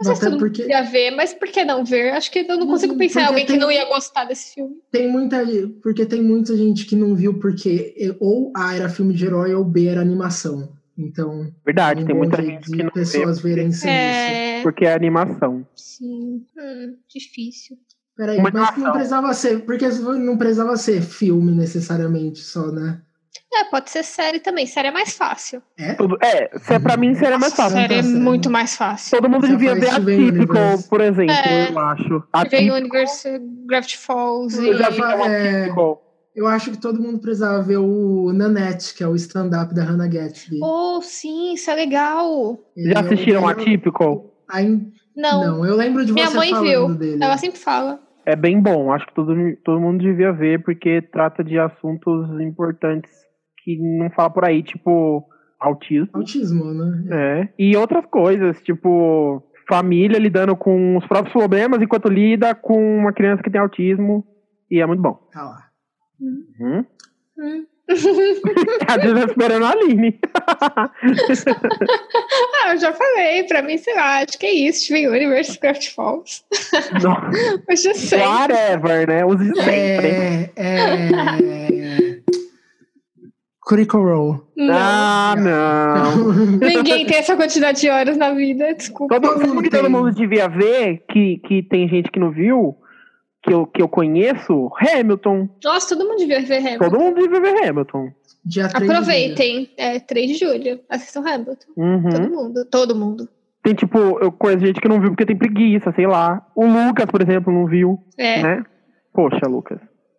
Não sei se Até todo mundo porque- queria ver, mas por que não ver? Acho que eu não consigo Hum, pensar em porque alguém que tem- não ia gostar desse filme. Tem muita, porque tem muita gente que não viu porque eh, ou A era filme de herói ou B era animação. Então, Verdade, um tem bom muita jeito gente de que não pessoas vê verem sem isso. É, porque é animação. sim. Hum, difícil. Peraí, Uma mas animação. não precisava ser, porque não precisava ser filme necessariamente só, né? É, pode ser série também. Série é mais fácil. É? Tudo, é, se é pra mim seria mais Nossa, fácil. então, assim. série é Série. muito mais fácil. Todo mundo Já devia falei ver isso a bem no Typical, universo. por exemplo, É. eu acho. A Veio o Typical, universo Gravity Falls e eu já vi uma É. Typical. Eu acho que todo mundo precisava ver o Nanette, que é o stand-up da Hannah Gatsby. Oh, sim, isso é legal. Ele Já é o assistiram a melhor- Typical? Ain- Não, Não, eu lembro de Minha você mãe falando viu. dele. ela sempre fala. É bem bom, acho que todo, todo mundo devia ver, porque trata de assuntos importantes que não fala por aí, tipo autismo. Autismo, né? É. E outras coisas, tipo família lidando com os próprios problemas enquanto lida com uma criança que tem autismo. E é muito bom. Tá lá. Uhum. [LAUGHS] Tá desesperando a Aline. Ah, eu já falei, pra mim, sei lá, acho que é isso, Steven Universe, Craft Falls. [LAUGHS] Nossa, Mas já sei. Whatever, né? Use sempre. É, é... Critical Role. Ah, não. Ninguém tem essa quantidade de horas na vida, desculpa. Todo, sabe o que todo Tem. mundo devia ver, que, que tem gente que não viu, que eu, que eu conheço, Hamilton. Nossa, todo mundo devia ver Hamilton. Todo mundo devia ver Hamilton. Dia 3 de julho. Aproveitem. É 3 de julho. Assistam Hamilton. Todo Uhum. mundo. Todo mundo. Tem, tipo, eu conheço gente que não viu porque tem preguiça, sei lá. O Lucas, por exemplo, não viu, É. né? Poxa, Lucas.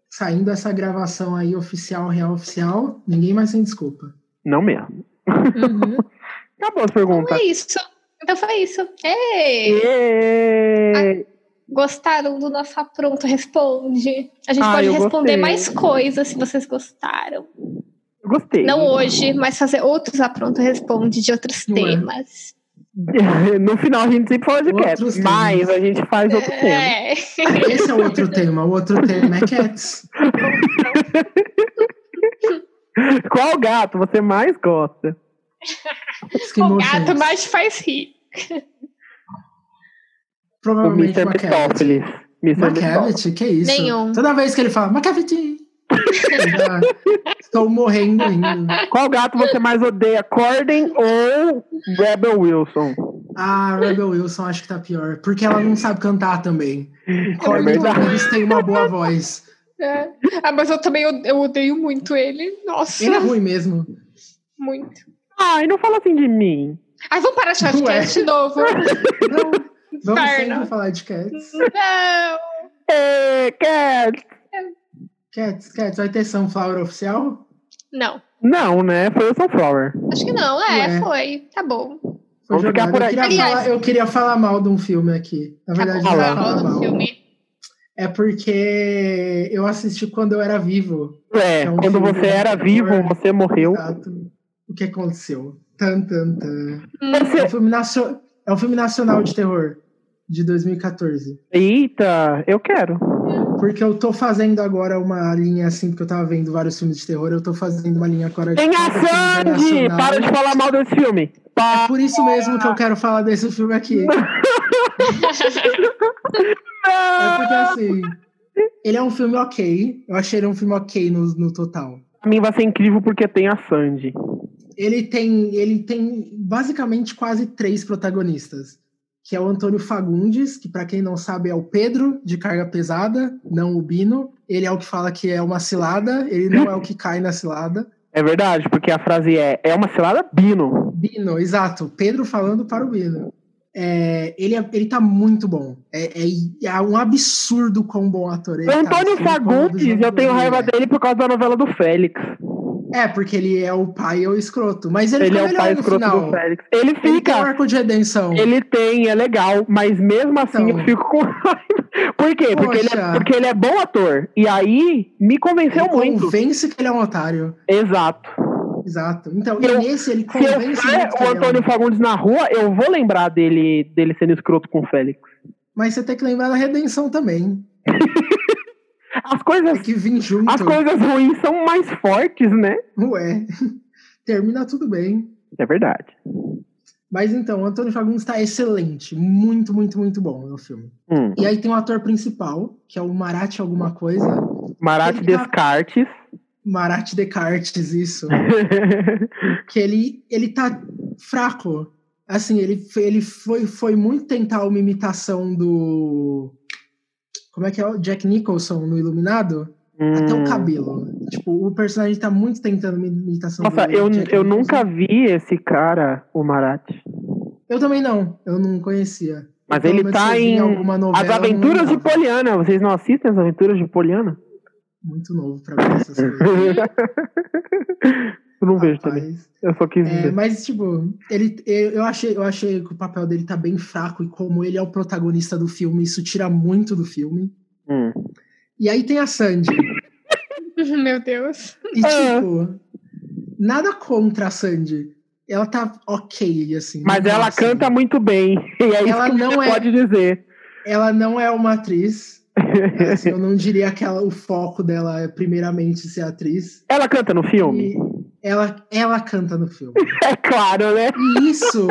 Saindo essa gravação aí oficial, real oficial, ninguém mais tem desculpa. Não mesmo. Uhum. Acabou as Então perguntas. é isso. Então foi isso. Ei! Ah, Êêêê! Gostaram do nosso apronto? Responde. A gente Ah, pode eu responder gostei. mais coisas se vocês gostaram. Eu Gostei. Não hoje, mas fazer outros apronto responde de outros Ué. temas. [LAUGHS] No final a gente sempre fala de Outros Cats, temas. mas a gente faz outro tema. É. Esse é o outro tema. O outro tema é Cats. Qual gato você mais gosta? O Esquimou gato Cats. mais faz rir. O é Provavelmente Mr. uma Cats. Mitópolis. Mr. Mitópolis. Macavity, que isso? Nenhum. Toda vez que ele fala Macavity, eu já estou morrendo ainda. Qual gato você mais odeia? Corden ou Rebel Wilson? A Ah, Rebel Wilson acho que tá pior, porque ela não sabe cantar também. O Corden É verdade. Willis tem uma boa voz. É. Ah, mas eu também od- eu odeio muito ele. Nossa, Ele é ruim mesmo. muito. Ai, não fala assim de mim. Ai, vamos parar de falar de Ué. cast [LAUGHS] de novo. Não, vamos sempre Inferno. falar de Cats. Não. Ê, Cats! Cats, Cats, vai ter Sunflower oficial? Não. Não, né? Foi o Sunflower. Acho que não. É, Ué. foi. Tá bom. Foi Vamos ficar jogado. por Eu aí. queria, Aliás- falar, eu queria falar mal de um filme aqui. Na Tá verdade, bom. não fala é Tá lá. bom falar no mal. filme. É porque eu assisti quando eu era vivo. É, É um quando filme você era de vivo, terror. você morreu. Exato. O que aconteceu? Tan, tan, tan. Você- É, um filme nacio- é um filme nacional de terror de 2014. Eita, eu quero. Porque eu tô fazendo agora uma linha assim, porque eu tava vendo vários filmes de terror, eu tô fazendo uma linha agora de Tem a cada é um filme Sandy! internacional. Para de falar mal desse filme. Pa- Por isso mesmo que eu quero falar desse filme aqui. É porque assim, ele é um filme ok. Eu achei ele um filme ok no, no total. Pra mim vai ser incrível porque tem a Sandy. Ele tem, ele tem basicamente quase três protagonistas. Que é o Antônio Fagundes, que pra quem não sabe é o Pedro de carga pesada, não o Bino. Ele é o que fala que é uma cilada, ele não é o que cai na cilada. É verdade, porque a frase é: é uma cilada Bino. Bino, exato. Pedro falando para o Bino. É, ele, é- ele tá muito bom. É, é- é um absurdo quão bom ator ele O tá. Antônio Assim, como do Fagundes, João eu tenho Gordo, raiva né? dele por causa da novela do Félix. É, porque ele é o pai e o escroto. Mas ele, Ele fica é o melhor pai no escroto final. do Félix. Ele Ele tem um fica, arco de redenção. ele tem, é legal, mas mesmo assim Então. eu fico com [LAUGHS] raiva. Por quê? Porque ele, é, Poxa. porque ele é bom ator. E aí me Ele convenceu muito. convence que ele é um otário. Exato. Exato. Então, Eu- e nesse ele Se eu convence ver muito que o ele é um- Antônio Fagundes na rua, eu vou lembrar dele, dele sendo escroto com o Félix. Mas você tem que lembrar da redenção também. As coisas, Tem que vir junto. as coisas ruins são mais fortes, né? Ué. [LAUGHS] Termina tudo bem. É verdade. Mas então, o Antônio Fagundes tá excelente. Muito, muito, muito bom no filme. Hum. E aí tem o ator principal, que é o Marat alguma coisa. Marat Ele tá- [LAUGHS] Descartes. Marat Descartes, [LAUGHS] isso. que ele, ele tá fraco. Assim, ele, fe- ele foi, foi muito tentar uma imitação do. Como é que é? O Jack Nicholson no Iluminado? Até o Hum. cabelo. Tipo, o personagem tá muito tentando uma imitação Nossa, do eu, Jack eu Nicholson. nunca vi esse cara, o Marat. Eu também não. Eu não conhecia. Mas Pelo ele menos tá eu vi em alguma novela, As eu não Aventuras de lembrava. Poliana. Vocês não assistem as Aventuras de [LAUGHS] Poliana? Muito novo pra ver essas coisas. [LAUGHS] eu não vejo também. Rapaz. Eu só quis É, ver. mas, tipo, ele, eu, eu achei, eu achei que o papel dele tá bem fraco e como ele é o protagonista do filme, isso tira muito do filme. Hum. E aí tem a Sandy. Hum, [LAUGHS] Meu Deus. [LAUGHS] E, Ah. tipo, nada contra a Sandy. Ela tá ok, assim. Mas não tá ela assim. canta muito bem. [LAUGHS] E é isso Ela que não você é- pode dizer. [LAUGHS] Ela não é uma atriz. Assim, eu não diria que ela- o foco dela é primeiramente ser atriz. Ela canta no filme? E ela, ela canta no filme. [LAUGHS] É claro, né? E isso,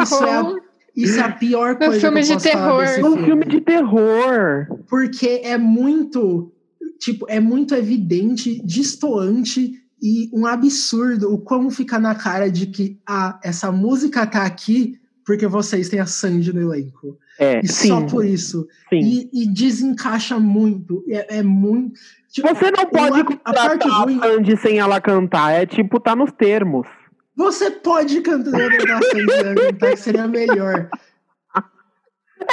Isso é a isso é a pior coisa filme que de eu posso falar terror. desse É um filme de terror. porque é muito, tipo, é muito evidente, distoante e um absurdo o como fica na cara de que ah, essa música tá aqui porque vocês têm a Sandy no elenco. É, E sim, só por isso. sim. E, e desencaixa muito. É, é muito. tipo, Você não pode a- a parte contratar a ruim- Sandy sem ela cantar. É tipo, tá nos termos. Você pode cantar a Sandy no elenco, que seria melhor.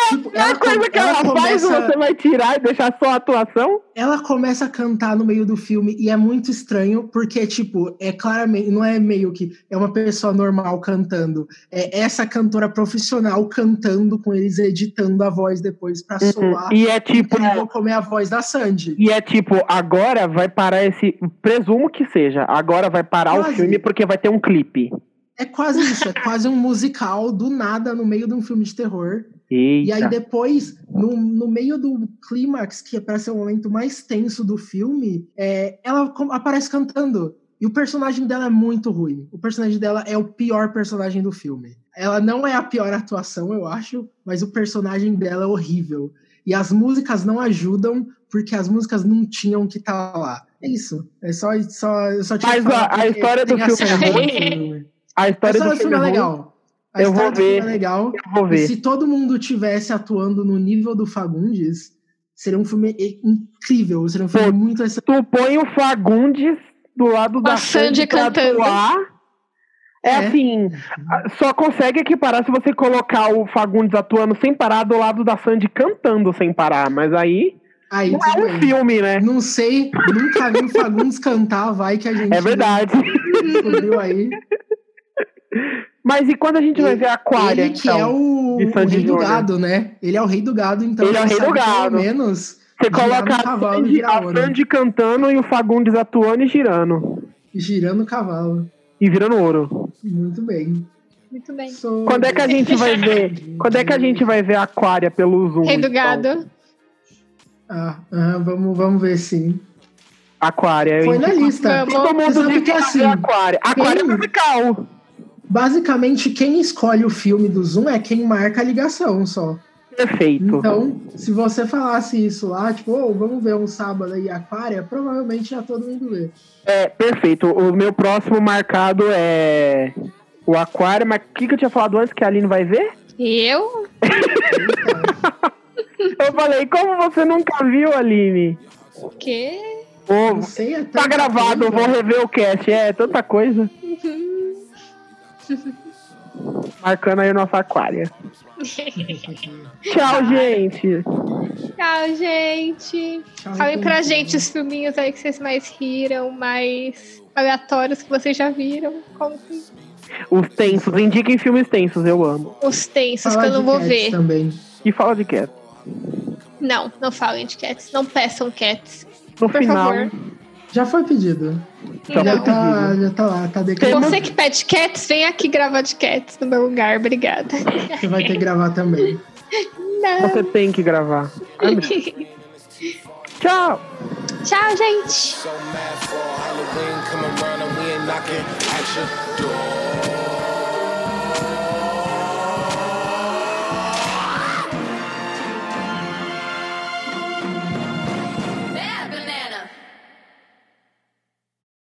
Tipo, Não é coisa com- que ela, faz, começa- você vai tirar e deixar só a atuação? ela começa a cantar no meio do filme e é muito estranho, porque, tipo, é claramente, não é meio que é uma pessoa normal cantando, é essa cantora profissional cantando com eles editando a voz depois pra soar. E é tipo. incrível como é a voz da Sandy. E é tipo, agora vai parar esse. Presumo que seja. Agora vai parar o Quase. filme porque vai ter um clipe. É quase isso, é quase um musical do nada no meio de um filme de terror. Eita. E aí depois, no, no meio do clímax, que é pra ser o momento mais tenso do filme, é, ela com- aparece cantando. E o personagem dela é muito ruim. O personagem dela é o pior personagem do filme. Ela não é a pior atuação, eu acho, mas o personagem dela é horrível. E as músicas não ajudam, porque as músicas não tinham que estar lá. É isso. É só, só, eu só tinha Mas que falar a- a porque história do tem filme é Sandy no ruim? filme. a A história história do filme é legal. legal. A Eu história vou do filme ver. é legal. Eu vou E ver. se todo mundo tivesse atuando no nível do Fagundes, seria um filme i- incrível, seria um filme Pô, muito excelente. Tu põe o Fagundes do lado da Sandy Sandy pra cantando. atuar. É, É. assim, a- só consegue equiparar se você colocar o Fagundes atuando sem parar do lado da Sandy cantando sem parar. Mas aí Aí, não é tudo um bem. filme, né? Não sei, nunca vi o Fagundes cantar, vai que a gente É verdade. [LAUGHS] descobriu aí. Mas e quando a gente vai ver Aquária? Ele que então? é o, de o Sandy rei do Júnior. gado, né? Ele é o rei do gado, então Ele é o rei do sabe gado. pelo menos Você girar coloca no a um cavalo e Sandy, virar a ouro. Sandy cantando e o Fagundes atuando e girando. girando o cavalo. E virando ouro. Muito bem. Muito bem. Sou- Quando é que a gente vai ver? Quando é que a gente vai ver Aquária pelo Zoom? Rei do então? gado. Ah, ah, vamos, vamos ver sim. Aquária. eu Foi na indico. lista. Vamos. Todo Você mundo sabe tem que que é assim. ver Aquária. Aquária é Quem- musical. Basicamente, quem escolhe o filme do Zoom é quem marca a ligação só. Perfeito. Então, se você falasse isso lá, tipo, "Ô, vamos ver um sábado aí Aquária, provavelmente já todo mundo vê. É, perfeito. O meu próximo marcado é o Aquário, mas o que, que eu tinha falado antes que a Aline vai [LAUGHS] ver? E eu? Eu falei, como você nunca viu, Aline? Porque Ô, Não sei até. tá gravado, vou né? rever o cast. É, tanta coisa. Uhum. [LAUGHS] Marcando aí o nosso [LAUGHS] Aquária. Tchau, gente. Tchau, gente. Falem pra gente os filminhos aí que vocês mais riram, mais aleatórios que vocês já viram. Contem Os tensos, indiquem filmes tensos, eu amo. os tensos que eu não vou ver. Também. E fala de Cats. Não, não falem de cats. Não peçam cats. No Por final, né? favor. Já foi pedido. Já foi não. Já tá, já tá lá, tá declarado. Você que pede cats, vem aqui gravar de cats no meu lugar. Obrigada. Você vai ter que gravar também. Não. você tem que gravar. Tchau. [LAUGHS] Tchau, gente. So mad for Halloween, come around and we ain't knocking at your door.